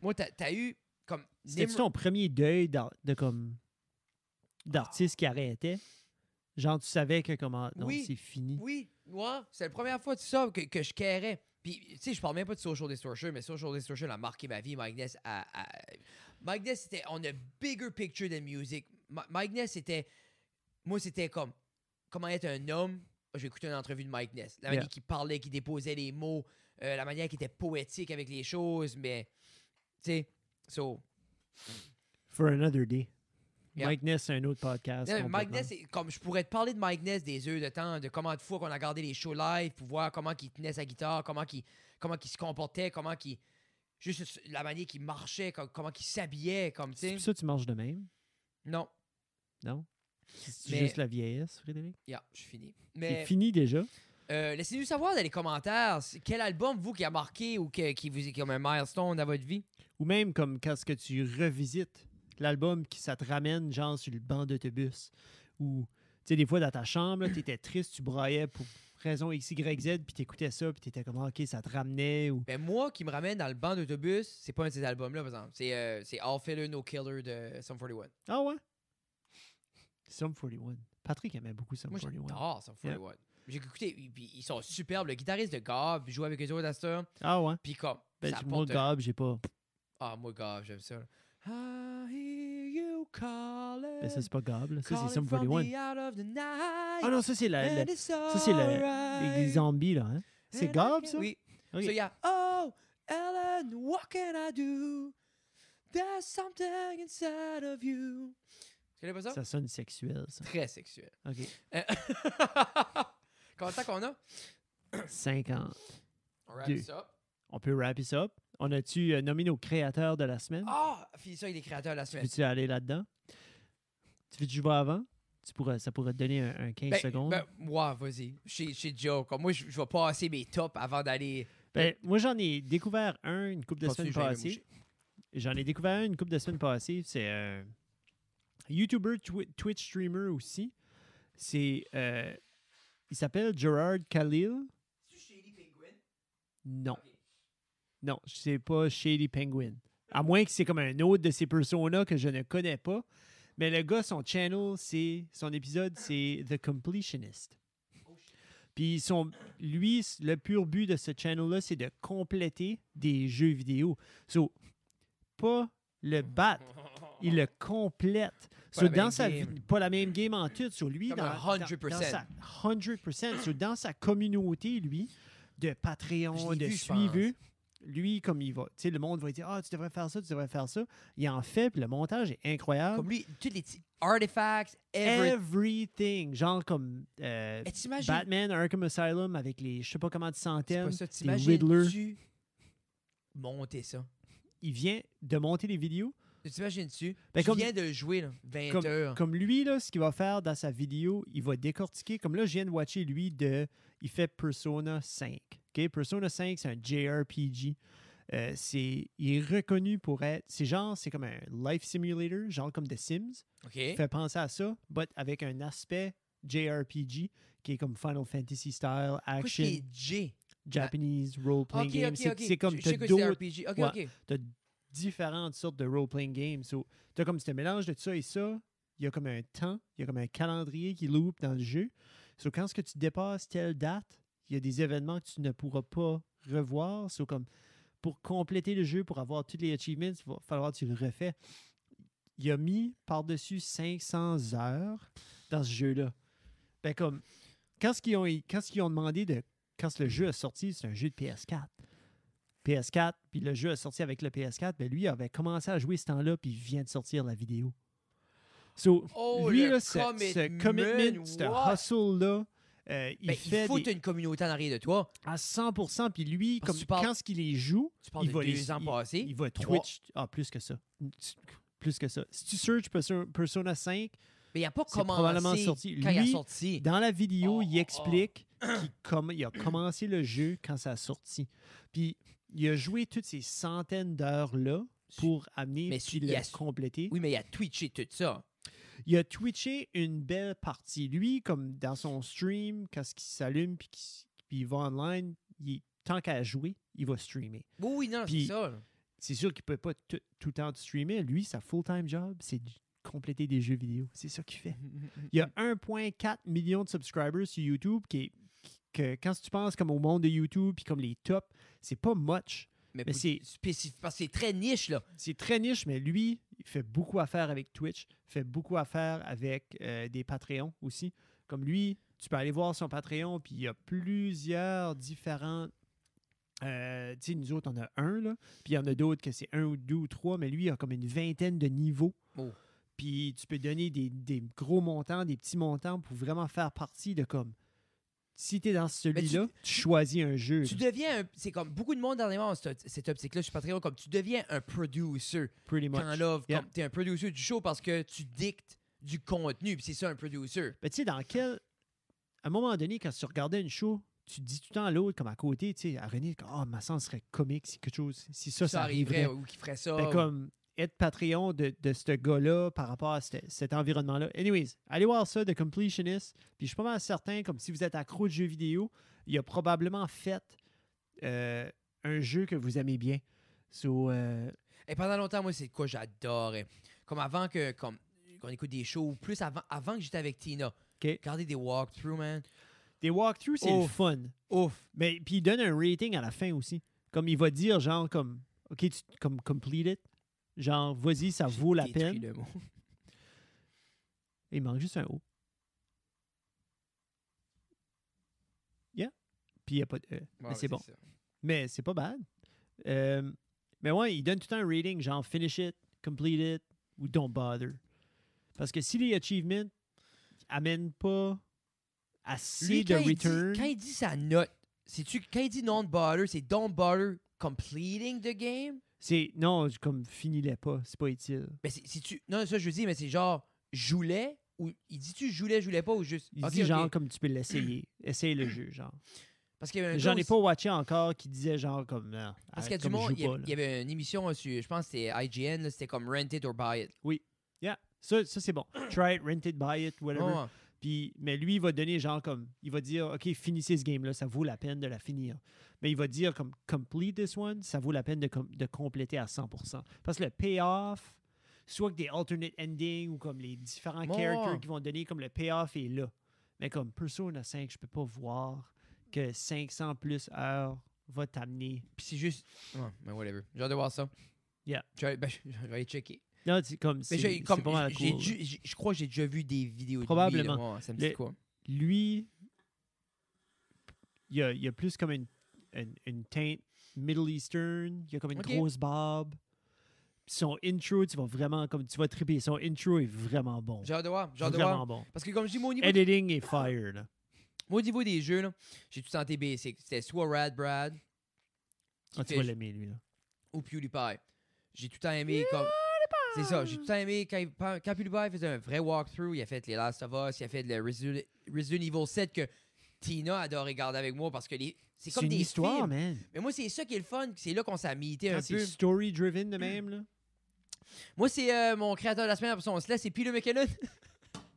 S1: moi, t'as as eu comme.
S3: C'était-tu
S1: Nimrod-
S3: ton premier deuil d'ar- de comme d'artiste qui arrêtait? Genre, tu savais que comment. Non,
S1: Ah. Oui.
S3: c'est fini.
S1: Oui, ouais, c'est la première fois de ça que, que je carais. Puis, tu sais, je parle même pas de Social Distortion, mais Social Distortion a marqué ma vie. Mike Ness, a, a- Mike Ness c'était on a bigger picture than music. Mi- Mike Ness, c'était. Moi, c'était comme. Comment être un homme. J'ai écouté une entrevue de Mike Ness. La manière
S3: Yeah.
S1: qu'il parlait, qu'il déposait les mots, euh, la manière qu'il était poétique avec les choses, mais. Tu sais, so.
S3: For another day.
S1: Yeah.
S3: Mike Ness, c'est un autre podcast.
S1: Non, mais Mike
S3: complètement.
S1: Ness, c'est- comme je pourrais te parler de Mike Ness des heures de temps, de comment de fois qu'on a gardé les shows live pour voir comment il tenait sa guitare, comment il, comment qu'il se comportait, comment il. Juste la manière qu'il marchait, com- comment il s'habillait, comme tu
S3: C'est
S1: sais.
S3: pour ça que tu manges de même,
S1: Non,
S3: non? C'est
S1: Mais-
S3: juste la vieillesse, Frédéric.
S1: yeah, je suis fini.
S3: C'est
S1: Mais
S3: fini déjà.
S1: euh, laissez-nous savoir dans les commentaires c'est- quel album vous qui a marqué ou que- qui vous est comme un milestone dans votre vie.
S3: Ou même comme quand ce que tu revisites l'album qui ça te ramène genre sur le banc d'autobus ou tu sais des fois dans ta chambre tu étais triste, tu braillais pour raison X Y Z puis t'écoutais ça puis t'étais comme Ah, OK, ça te ramenait ou
S1: Ben moi qui me ramène dans le banc d'autobus, c'est pas un de ces albums-là, par exemple. C'est euh, c'est All Filler, No Killer de Sum 41.
S3: ah ouais. Sum 41. Patrick aimait beaucoup Sum
S1: Moi,
S3: 41.
S1: j'adore Sum 41. J'ai écouté, puis- puis ils sont superbes. Le guitariste de Gob joue avec eux autres à ça.
S3: Ah ouais.
S1: Puis comme,
S3: Ben,
S1: ça
S3: moi
S1: apporte... un-
S3: Gob, j'ai pas
S1: Ah, moi, Gob, j'aime ça. I hear you calling,
S3: ben ça c'est pas Gob, là. ça c'est
S1: calling
S3: Sum
S1: from
S3: 41.
S1: the out of the night,
S3: Ah non, ça c'est la, la-
S1: and it's
S3: ça c'est la
S1: alright,
S3: les, les zombies là hein. C'est
S1: and I
S3: Gob
S1: can-
S3: ça
S1: Oui.
S3: Ok.
S1: So, yeah. Oh, Ellen, what can I do? There's something inside of you. Tu connais pas ça?
S3: Ça sonne sexuel ça.
S1: Très sexuel.
S3: OK.
S1: Euh, Combien de temps qu'on a?
S3: 50.
S1: On wrap
S3: Deux.
S1: this up.
S3: On peut wrap it up. On a-tu euh, nommé nos créateurs de la semaine?
S1: Ah! ben. Finis ça avec les créateurs de la semaine.
S3: Veux-tu aller là-dedans? Tu veux que je vais avant? Tu pourras, ça pourrait te donner un, un 15
S1: Ben,
S3: secondes.
S1: ben, moi, vas-y. Chez, chez Joe, comme moi, je je vais passer mes tops avant d'aller.
S3: Ben, moi, j'en ai découvert un une couple de
S1: Continue,
S3: semaines
S1: je vais aller me
S3: passées. J'en ai découvert un une couple de semaines passées. C'est un YouTuber, Twi- Twitch streamer aussi. C'est. euh, il s'appelle Gerard Khalil. Non. Non, c'est pas Shady Penguin. À moins que c'est comme un autre de ces personas que je ne connais pas. Mais le gars, son channel, c'est son épisode, c'est The Completionist. Puis son, lui, s- le pur but de ce channel-là, c'est de compléter des jeux vidéo. So, pas le battre, il le complète.
S1: Pas
S3: So,
S1: la
S3: dans
S1: même
S3: sa
S1: game.
S3: vie- pas la même game en tout. So, lui,
S1: Comme
S3: dans,
S1: un
S3: dans-
S1: 100%.
S3: dans sa 100%. So, dans sa communauté, lui, de Patreon,
S1: Je l'ai
S3: de
S1: vu, je
S3: suiveux, lui, comme il va, tu sais, le monde va dire Ah, tu devrais faire ça, tu devrais faire ça. Il en fait, puis le montage est incroyable.
S1: Ah, Comme lui, tous les petits artifacts, everything. Eh,
S3: Everything. Genre comme euh,
S1: Et t'imagines.
S3: Batman, Arkham Asylum avec les je sais pas comment de
S1: c'est
S3: centaines.
S1: pas ça,
S3: des Riddler.
S1: t'imagines-tu monter ça?
S3: Il vient de monter les vidéos.
S1: T'imagines-tu?
S3: Ben,
S1: tu
S3: comme-
S1: viens de jouer, là, 20
S3: comme-
S1: heures.
S3: Comme lui, là, ce qu'il va faire dans sa vidéo, il va décortiquer. Comme là, je viens de watcher lui de. Il fait Persona 5. ok? Persona 5, c'est un JRPG. Euh, c'est, il est reconnu pour être. C'est genre, c'est comme un life simulator, genre comme The Sims.
S1: OK.
S3: Fait penser à ça, but avec un aspect JRPG qui est comme Final Fantasy style,
S1: Pourquoi
S3: action,
S1: je dis J?
S3: Japanese
S1: OK,
S3: role-playing
S1: OK,
S3: game.
S1: OK.
S3: C'est, c'est comme
S1: Je- je
S3: t'as
S1: sais que c'est
S3: d'autres
S1: RPG. OK,
S3: Ouais.
S1: OK.
S3: t'as différentes sortes de role-playing games. So, t'as comme ce mélange de ça et ça. Il y a comme un temps, il y a comme un calendrier qui loupe dans le jeu. So, quand ce que tu dépasses telle date, il y a des événements que tu ne pourras pas revoir. So, comme pour compléter le jeu, pour avoir tous les achievements, il va falloir que tu le refais. Il a mis par-dessus 500 heures dans ce jeu-là. Ben comme, quand ce qu'ils ont, quand ce qu'ils ont demandé de. Quand ce- le jeu a sorti, c'est un jeu de PS4. PS4, puis le jeu a sorti avec le PS4, ben lui il avait commencé à jouer ce temps-là, puis il vient de sortir la vidéo. So,
S1: Oh,
S3: lui,
S1: le
S3: là, ce, ce commitment,
S1: what?
S3: ce hustle-là, euh, il
S1: Ben,
S3: fait
S1: il faut
S3: des-
S1: t'as une communauté en arrière de toi.
S3: à 100%, puis lui,
S1: Parce
S3: comme,
S1: que tu parles-
S3: quand ce qu'il les joue,
S1: Tu parles
S3: il
S1: de
S3: va
S1: deux
S3: les-
S1: ans passés.
S3: il va
S1: Trois.
S3: Twitch. Ah, plus que ça. Plus que ça. Si tu searches Perso- Persona 5,
S1: Mais il n'a pas
S3: C'est
S1: commencé
S3: probablement sorti.
S1: quand il a
S3: Lui,
S1: sorti.
S3: Dans la vidéo,
S1: Oh,
S3: il
S1: oh,
S3: explique qu'il comm- il a commencé le jeu quand ça a sorti. Puis il a joué toutes ces centaines d'heures-là pour amener
S1: Mais
S3: puis
S1: il
S3: le
S1: a-
S3: compléter.
S1: Oui, mais il a twitché tout ça.
S3: Il a twitché une belle partie. Lui, comme dans son stream, quand il s'allume puis qu'il s- puis il va online, il, tant qu'à jouer, il va streamer.
S1: Oui, oui, non, c'est
S3: Puis-
S1: ça. là.
S3: C'est sûr qu'il ne peut pas tout, tout le temps streamer. Lui, sa full-time job, c'est de compléter des jeux vidéo. C'est ça qu'il fait. Il y a 1,4 million de subscribers sur YouTube qui est- qui- que quand tu penses comme au monde de YouTube puis comme les tops, c'est pas much.
S1: Mais,
S3: Mais
S1: pour-
S3: c'est-
S1: spécif- parce que c'est très niche, là.
S3: C'est très niche, mais lui, il fait beaucoup à faire avec Twitch, fait beaucoup à faire avec euh, des Patreons aussi. Comme lui, tu peux aller voir son Patreon, puis il y a plusieurs différents. euh, tu sais, nous autres, on a un, là, puis il y en a d'autres que c'est un ou deux ou trois, mais lui, il a comme une vingtaine de niveaux.
S1: Oh.
S3: Puis tu peux donner des, des gros montants, des petits montants pour vraiment faire partie de comme. Si tu es dans celui-là, tu, choisis un jeu.
S1: Tu deviens un- C'est comme beaucoup de monde dernièrement, cette, cette optique-là, je suis pas très comme tu deviens un producer
S3: pretty much.
S1: quand là,
S3: Yeah.
S1: comme t'es un producer du show parce que tu dictes du contenu, puis c'est ça un producer.
S3: Mais Ben, tu sais, dans quel. À un moment donné, quand tu regardais une show, tu dis tout le temps à l'autre, comme à côté, tu sais, à René, ah, ma sens serait comique si quelque chose, si
S1: Ça,
S3: ça, ça
S1: arriverait,
S3: arriverait.
S1: ou qui ferait ça.
S3: Ben,
S1: ou-
S3: comme être Patreon de, de ce gars-là par rapport à cet- cet environnement-là. Anyways, allez voir ça, The Completionist. Puis je suis pas mal certain, comme si vous êtes accro de jeux vidéo, il a probablement fait euh, un jeu que vous aimez bien. So, euh,
S1: Et pendant longtemps, moi, c'est quoi j'adorais. Comme avant que comme qu'on écoute des shows, ou plus avant, avant que j'étais avec Tina. Regarder des walkthroughs, man.
S3: des walkthroughs, c'est le
S1: Ouf.
S3: fun.
S1: Ouf.
S3: Mais puis il donne un rating à la fin aussi. Comme il va dire genre comme OK, tu comme complete it. Genre vas-y, ça
S1: J'ai
S3: vaut la
S1: détruit
S3: peine.
S1: le mot.
S3: Il manque juste un O. Yeah. Puis il y a pas de E.
S1: Ouais,
S3: Mais c'est
S1: ouais,
S3: bon.
S1: ça.
S3: Mais c'est pas bad. Euh, mais ouais, il donne tout le temps un rating genre finish it, complete it ou don't bother. Parce que si les achievements amènent pas assez
S1: Lui,
S3: de
S1: quand, il
S3: return,
S1: dit, quand il dit sa note, c'est-tu, quand il dit non-bother, c'est don't bother completing the game?
S3: c'est non, comme finis-les pas, c'est pas utile.
S1: Ben, c'est, c'est-tu, non, ça, je dis, mais c'est genre, joulais? Ou, il dit-tu joulais, joulais pas, ou juste...
S3: Il
S1: Ok,
S3: dit
S1: ok.
S3: genre comme tu peux l'essayer. Essaye le jeu, genre.
S1: Parce qu'il y avait un
S3: J'en
S1: gars
S3: ai
S1: aussi-
S3: pas watché encore qui disait genre comme. Non,
S1: Parce
S3: arrête,
S1: qu'il y a du
S3: comme je
S1: monde,
S3: joue
S1: il y, a-
S3: pas, là.
S1: il y avait une émission euh, sur, je pense que c'était IGN, là, c'était comme Rent It or Buy It.
S3: Yeah, ça, ça c'est bon. Try it, rent it, buy it, whatever.
S1: Ouais.
S3: Puis, mais lui, il va donner genre comme. Il va dire, OK, finissez ce game-là, ça vaut la peine de la finir. Mais il va dire comme, complete this one, ça vaut la peine de, com- de compléter à 100%. Parce que le payoff, soit que des alternate endings ou comme les différents
S1: Ouais, ouais.
S3: characters qui vont donner, comme le payoff est là. Mais comme Persona 5, je peux pas voir que 500 plus heures va t'amener.
S1: Puis c'est juste. Ouais, mais whatever. J'ai hâte de voir ça.
S3: Yeah.
S1: Je vais, ben, je- je vais aller checker.
S3: Non, c'est comme.
S1: Mais
S3: c'est-
S1: j'ai-
S3: c'est
S1: comme,
S3: pas mal
S1: j'ai
S3: cool, là.
S1: dû- j'ai- je crois que j'ai déjà vu des vidéos de lui. là.
S3: Probablement.
S1: Ouais, ça me dit
S3: Le-
S1: quoi.
S3: lui, il y a, il y a plus comme une, une, une teinte Middle Eastern, il y a comme une
S1: Ok.
S3: grosse barbe. Son intro, tu vas vraiment comme tu vas triper. Son intro est vraiment bon.
S1: J'ai hâte de voir. J'ai hâte de
S3: Vraiment
S1: voir.
S3: bon.
S1: Parce que comme je dis, moi au niveau,
S3: Editing est fire là.
S1: moi, au niveau des jeux, là, j'ai tout tenté basic. C'était soit Rad Brad qui
S3: Ah, tu
S1: fait-
S3: vas l'aimer lui là.
S1: ou PewDiePie. J'ai tout le temps aimé comme. C'est ça, j'ai tout le temps aimé quand, il- quand PewDiePie faisait un vrai walkthrough, il a fait les Last of Us, il a fait le Resident, Resident Evil 7 que Tina adore regarder avec moi parce que les. C'est
S3: C'est
S1: comme
S3: une
S1: des
S3: histoire,
S1: films.
S3: man.
S1: Mais moi, c'est ça qui est le fun. C'est là qu'on s'est amité
S3: Quand
S1: un
S3: c'est
S1: peu.
S3: story driven de même là.
S1: Moi, c'est euh, mon créateur de la semaine, après ça, on se laisse, c'est Peter McKinnon.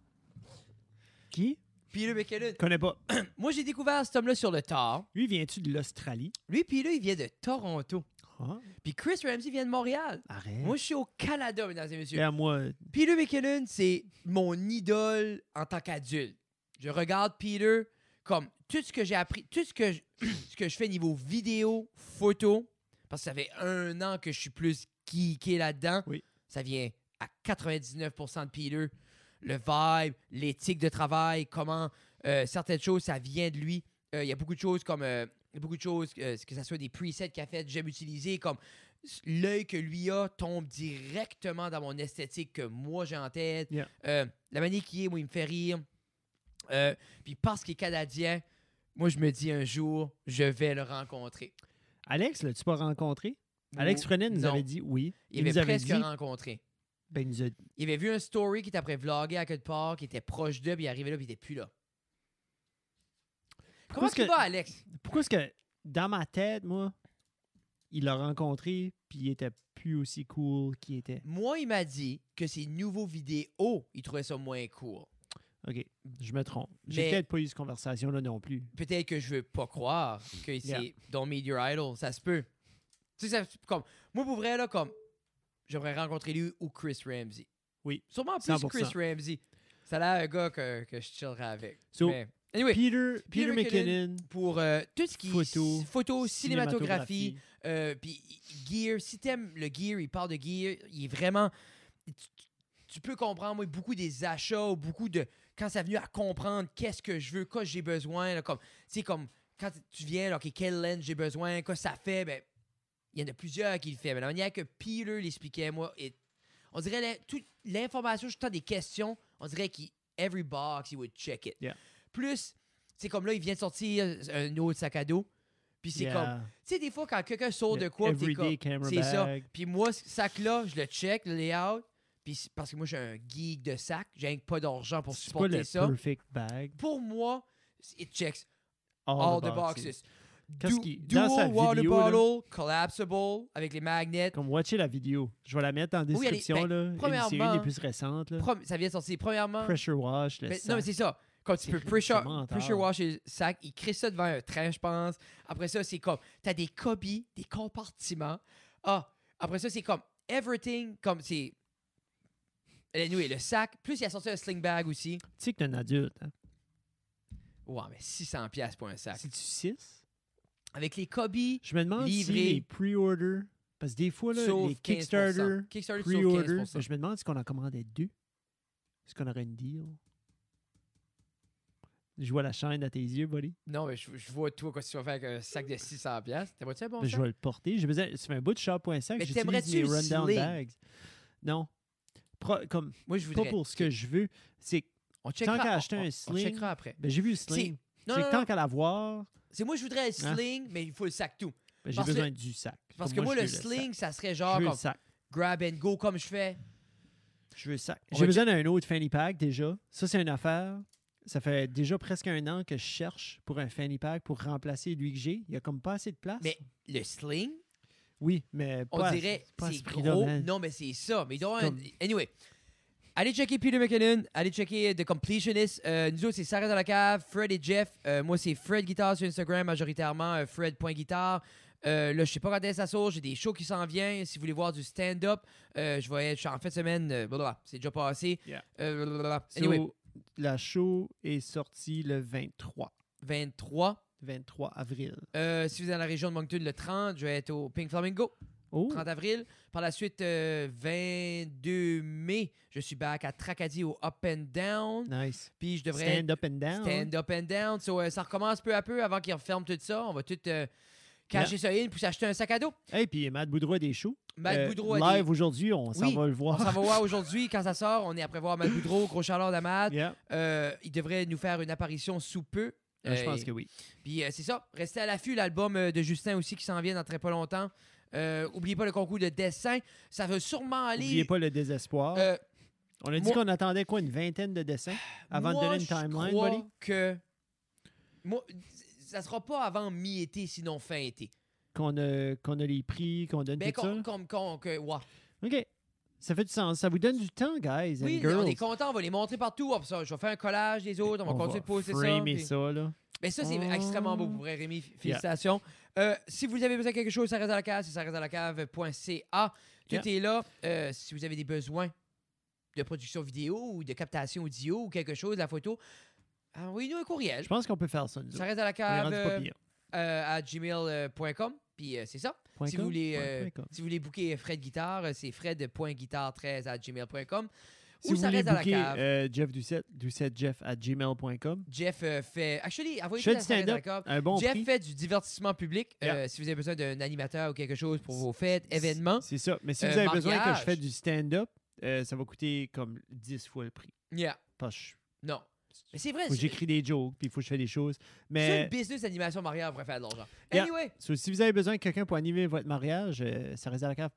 S3: Qui
S1: Peter McKinnon.
S3: Connais pas.
S1: Moi, j'ai découvert cet homme-là sur le tard.
S3: Lui vient-tu de l'Australie
S1: Lui, Peter, il vient de Toronto.
S3: Ah,
S1: Puis Chris Ramsey vient de Montréal.
S3: Arrête.
S1: Moi, je suis au Canada, mesdames et messieurs.
S3: Là, moi,
S1: Peter McKinnon, c'est mon idole en tant qu'adulte. Je regarde Peter comme tout ce que j'ai appris, tout ce que je, ce que je fais niveau vidéo, photo, parce que ça fait un an que je suis plus geeké là-dedans.
S3: Oui.
S1: Ça vient à 99% de Peter. Le vibe, l'éthique de travail, comment euh, certaines choses, ça vient de lui. Euh, Il y a beaucoup de choses comme. euh, il y a beaucoup de choses, euh, que ce soit des presets qu'il a fait, j'aime utiliser, comme l'œil que lui a tombe directement dans mon esthétique que moi j'ai en tête.
S3: Yeah.
S1: Euh, la manière qu'il est, moi, il me fait rire. Euh, Puis parce qu'il est canadien, moi, je me dis un jour, je vais le rencontrer.
S3: Alex, l'as-tu pas rencontré Alex
S1: Ou-
S3: Frenet nous
S1: non,
S3: avait dit oui.
S1: il, avait
S3: nous avait
S1: presque
S3: dit
S1: rencontré.
S3: Ben, il nous a dit.
S1: Il avait vu un story qui était après vlogger à quelque part, qui était proche d'eux, puis il arrivait là, puis il était plus là. Comment
S3: Pourquoi
S1: est-ce qu'il
S3: est-ce que-
S1: va, Alex?
S3: Pourquoi est-ce que, dans ma tête, moi, il l'a rencontré, puis il était plus aussi cool qu'il était.
S1: Moi, il m'a dit que ses nouveaux vidéos, il trouvait ça moins cool.
S3: OK, je me trompe. J'ai
S1: Mais-
S3: peut-être pas eu cette conversation-là non plus.
S1: Peut-être que je veux pas croire que
S3: Yeah.
S1: c'est Don't Meet Your Idol, ça se peut. Tu sais, ça- comme, moi, pour vrai, là, comme, j'aimerais rencontrer lui ou Chris Ramsey.
S3: Oui,
S1: Sûrement plus
S3: 100%.
S1: Chris Ramsey. Ça a l'air un gars que, que je chillerais avec.
S3: So,
S1: Mais, anyway,
S3: Peter, Peter,
S1: Peter
S3: McKinnon,
S1: pour euh, tout ce qui
S3: Photo,
S1: photo cinématographie,
S3: cinématographie.
S1: euh, puis gear, si t'aimes le gear, il parle de gear, il est vraiment... Tu, tu- tu peux comprendre, moi, beaucoup des achats, ou beaucoup de... Quand ça a venu à comprendre qu'est-ce que je veux, quoi j'ai besoin, là, comme... Tu sais, comme quand tu viens, là, OK, quelle lens j'ai besoin, quoi ça fait, ben... Il y en a plusieurs qui le font. Mais la manière que Peter l'expliquait, moi, et on dirait la- toute l'information, je tente des questions, on dirait qu'il... Every box, he would check it.
S3: Yeah.
S1: Plus, c'est comme là, il vient de sortir un autre sac à dos. Puis c'est comme...
S3: yeah,
S1: Tu sais, des fois, quand quelqu'un sort
S3: le
S1: de quoi, pis t'es comme...
S3: everyday camera
S1: c'est ça.
S3: bag.
S1: Puis moi, ce sac-là, je le check, le layout. Puis c'est- parce que moi, je suis un geek de sac. J'ai pas d'argent pour
S3: C'est pas
S1: supporter
S3: le
S1: ça.
S3: perfect bag.
S1: Pour moi, it checks
S3: All,
S1: all,
S3: the boxes. Qu'est-ce
S1: Du-
S3: qui-
S1: dual
S3: dans sa
S1: water
S3: vidéo, là-
S1: bottle, collapsible, avec les magnets.
S3: Comme watcher la vidéo. Je vais la mettre en
S1: Oui, elle est- ben,
S3: description. là.
S1: premièrement-
S3: C'est une des plus récentes. Là.
S1: Prom- ça vient de sortir. Premièrement,
S3: Pressure wash, le
S1: Mais-
S3: sac.
S1: ben, non, mais c'est ça. Quand tu
S3: C'est
S1: peux
S3: le
S1: pressure,
S3: commentaire.
S1: pressure wash le sac, il crée ça devant un train, je pense. Après ça, c'est comme, t'as des copies, des compartiments. Ah, après ça, c'est comme, everything, comme c'est. Anyway, le sac, plus il a sorti un sling bag aussi.
S3: Tu sais que t'es un adulte. hein.
S1: Ouais, mais 600$ piastres pour un sac.
S3: C'est-tu 6?
S1: Avec les copies,
S3: Je me demande
S1: Livré.
S3: si les pre-order... Parce que des fois, là,
S1: sauf
S3: les
S1: 15%.
S3: Kickstarter,
S1: Kickstarter, sauf
S3: pre-order,
S1: 15%.
S3: je me demande si on en commandait deux. Est-ce qu'on aurait une deal? Je vois la chaîne à tes yeux, buddy.
S1: Non, mais je, je vois toi, quoi, si tu vas faire avec un sac de 600$. piastres. T'aimerais-tu un bon
S3: Mais
S1: sac?
S3: je vais le porter. J'ai besoin. Ça fait un bout de shop.sac.
S1: Mais
S3: J'utilise
S1: t'aimerais-tu
S3: mes
S1: le
S3: rundown
S1: sling?
S3: bags. Non. Pro- comme,
S1: Moi, je
S3: pas
S1: voudrais.
S3: pour ce que je veux. C'est
S1: On checkera,
S3: qu'à
S1: on-
S3: acheter un
S1: on- On
S3: sling-
S1: checkera après.
S3: ben, j'ai vu le sling.
S1: Non, non,
S3: c'est que
S1: non.
S3: tant qu'à l'avoir,
S1: C'est moi, je voudrais le
S3: Hein?
S1: sling, mais il faut le sac tout.
S3: ben, j'ai
S1: Parce que-
S3: besoin du sac.
S1: Parce
S3: Comme
S1: que moi,
S3: je
S1: le
S3: veux sac.
S1: sling, ça serait
S3: je
S1: genre
S3: veux le
S1: comme
S3: sac.
S1: grab and go, comme je fais.
S3: Je veux le sac.
S1: On
S3: J'ai
S1: va-
S3: besoin d'un autre fanny pack déjà. Ça, c'est une affaire. Ça fait déjà presque un an que je cherche pour un fanny pack pour remplacer lui que j'ai. Il n'y a comme pas assez de place.
S1: Mais le sling,
S3: oui, mais
S1: on
S3: pas à-
S1: dirait,
S3: pas à
S1: c'est
S3: ce prix-là,
S1: gros.
S3: man.
S1: Non, mais c'est ça. Mais il doit y avoir un-
S3: Comme-
S1: Anyway, allez checker Peter McKinnon, allez checker The Completionist. Euh, nous autres, c'est Sarah dans la cave, Fred et Jeff. Euh, moi, c'est Fred Guitar sur Instagram, majoritairement, euh, Fred.guitar. Euh, là, je sais pas quand est-ce que ça sort. J'ai des shows qui s'en viennent. Si vous voulez voir du stand-up, euh, je vais être je suis en fin de semaine. euh, blablabla, c'est déjà passé.
S3: Yeah.
S1: Euh, blablabla.
S3: So,
S1: Anyway,
S3: La show est sortie le 23.
S1: 23.
S3: 23 avril.
S1: Euh, si vous êtes dans la région de Moncton le 30, je vais être au Pink Flamingo,
S3: Oh,
S1: 30 avril. Par la suite, euh, 22 mai, je suis back à Tracadie au Up and Down.
S3: nice.
S1: Puis je devrais
S3: Stand up and down.
S1: stand up and down. So, euh, ça recommence peu à peu avant qu'ils referment tout ça. On va tout euh, cacher ça in puis s'acheter un sac à dos.
S3: Hey, puis Matt Boudreau a des shows.
S1: Matt
S3: Euh,
S1: Boudreau a
S3: Live
S1: dit-
S3: aujourd'hui, on s'en
S1: Oui,
S3: va le
S1: On
S3: voir.
S1: s'en va voir aujourd'hui quand ça sort. On est après voir Matt Boudreau, gros chaleur d'Amad.
S3: Yeah.
S1: Euh, il devrait nous faire une apparition sous peu.
S3: Euh, je
S1: Euh,
S3: pense que oui.
S1: Puis euh, c'est ça, restez à l'affût, l'album euh, de Justin aussi qui s'en vient dans très pas longtemps. Euh, oubliez pas le concours de dessin, ça va sûrement aller.
S3: N'oubliez pas le désespoir.
S1: Euh,
S3: on a dit
S1: moi- Euh,
S3: qu'on attendait quoi, une vingtaine de dessins avant
S1: moi,
S3: de donner une
S1: je
S3: timeline,
S1: crois
S3: buddy?
S1: que moi, ça sera pas avant mi-été, sinon fin été. Ben,
S3: Qu'on a, qu'on a les prix, qu'on donne
S1: Mais
S3: tout
S1: qu'on- qu'on- qu'on- que- ouais.
S3: ça. OK. Ça fait du sens. Ça vous donne du temps, guys and
S1: Oui,
S3: girls.
S1: on est content, on va les montrer partout. hop, ça, je vais faire un collage des autres, on va continuer de poster ça.
S3: framer
S1: puis-
S3: ça, là.
S1: Mais Ben, ça, c'est
S3: Oh.
S1: extrêmement beau pour vrai, Rémi. F- Félicitations. Euh, si vous avez besoin de quelque chose, ça reste à la cave, c'est ça reste à la cave.ca. Tout
S3: Yeah.
S1: est là. Euh, si vous avez des besoins de production vidéo ou de captation audio ou quelque chose, la photo, envoyez-nous un courriel.
S3: Je pense qu'on peut faire ça, nous
S1: Ça
S3: autres.
S1: reste à la
S3: On est
S1: cave
S3: rendu pas
S1: euh,
S3: pire.
S1: euh, à gmail.com. Puis euh, c'est ça.
S3: Point
S1: Si
S3: com?
S1: vous, voulez,
S3: Ouais,
S1: euh,
S3: point com.
S1: si vous voulez booker Fred Guitare, euh, c'est fred.guitare13 à gmail.com.
S3: Si
S1: ou
S3: vous
S1: ça
S3: voulez
S1: reste à la
S3: booker,
S1: cave.
S3: euh, Jeff Doucette, doucettejeff à gmail.com.
S1: Jeff euh, fait. Actually,
S3: Je
S1: envoyez
S3: fais
S1: tout à
S3: du
S1: ça reste à la cave.
S3: stand-up. Un bon
S1: Jeff
S3: prix.
S1: fait du divertissement public. Euh,
S3: Yeah.
S1: si vous avez besoin d'un animateur ou quelque chose pour vos fêtes, événements.
S3: C'est ça. Mais si
S1: Euh,
S3: vous avez besoin que je
S1: mariage.
S3: fasse du stand-up, euh, ça va coûter comme 10 fois le prix.
S1: Yeah.
S3: Parce que je-
S1: Non. Mais c'est vrai.
S3: faut que
S1: c'est-
S3: j'écris des jokes, puis il faut que je fasse des choses.
S1: c'est
S3: Mais
S1: une business d'animation mariage pourrait faire de l'argent.
S3: Yeah.
S1: Anyway,
S3: so, si vous avez besoin de quelqu'un pour animer votre mariage, euh, ça reste à la cave.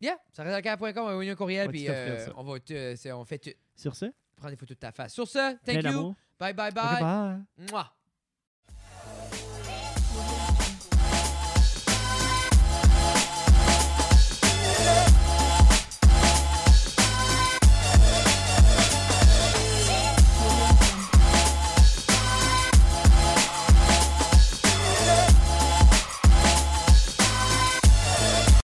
S1: Yeah, ça reste à cave.com, envoyez un courriel,
S3: On va
S1: puis
S3: tout offrir
S1: euh,
S3: ça.
S1: on va te- euh, c'est- on fait tout.
S3: Sur ce,
S1: Prends des photos de ta face. Sur ce,
S3: plein
S1: thank you.
S3: d'amour.
S1: Bye bye bye.
S3: Bye bye.
S1: Mouah.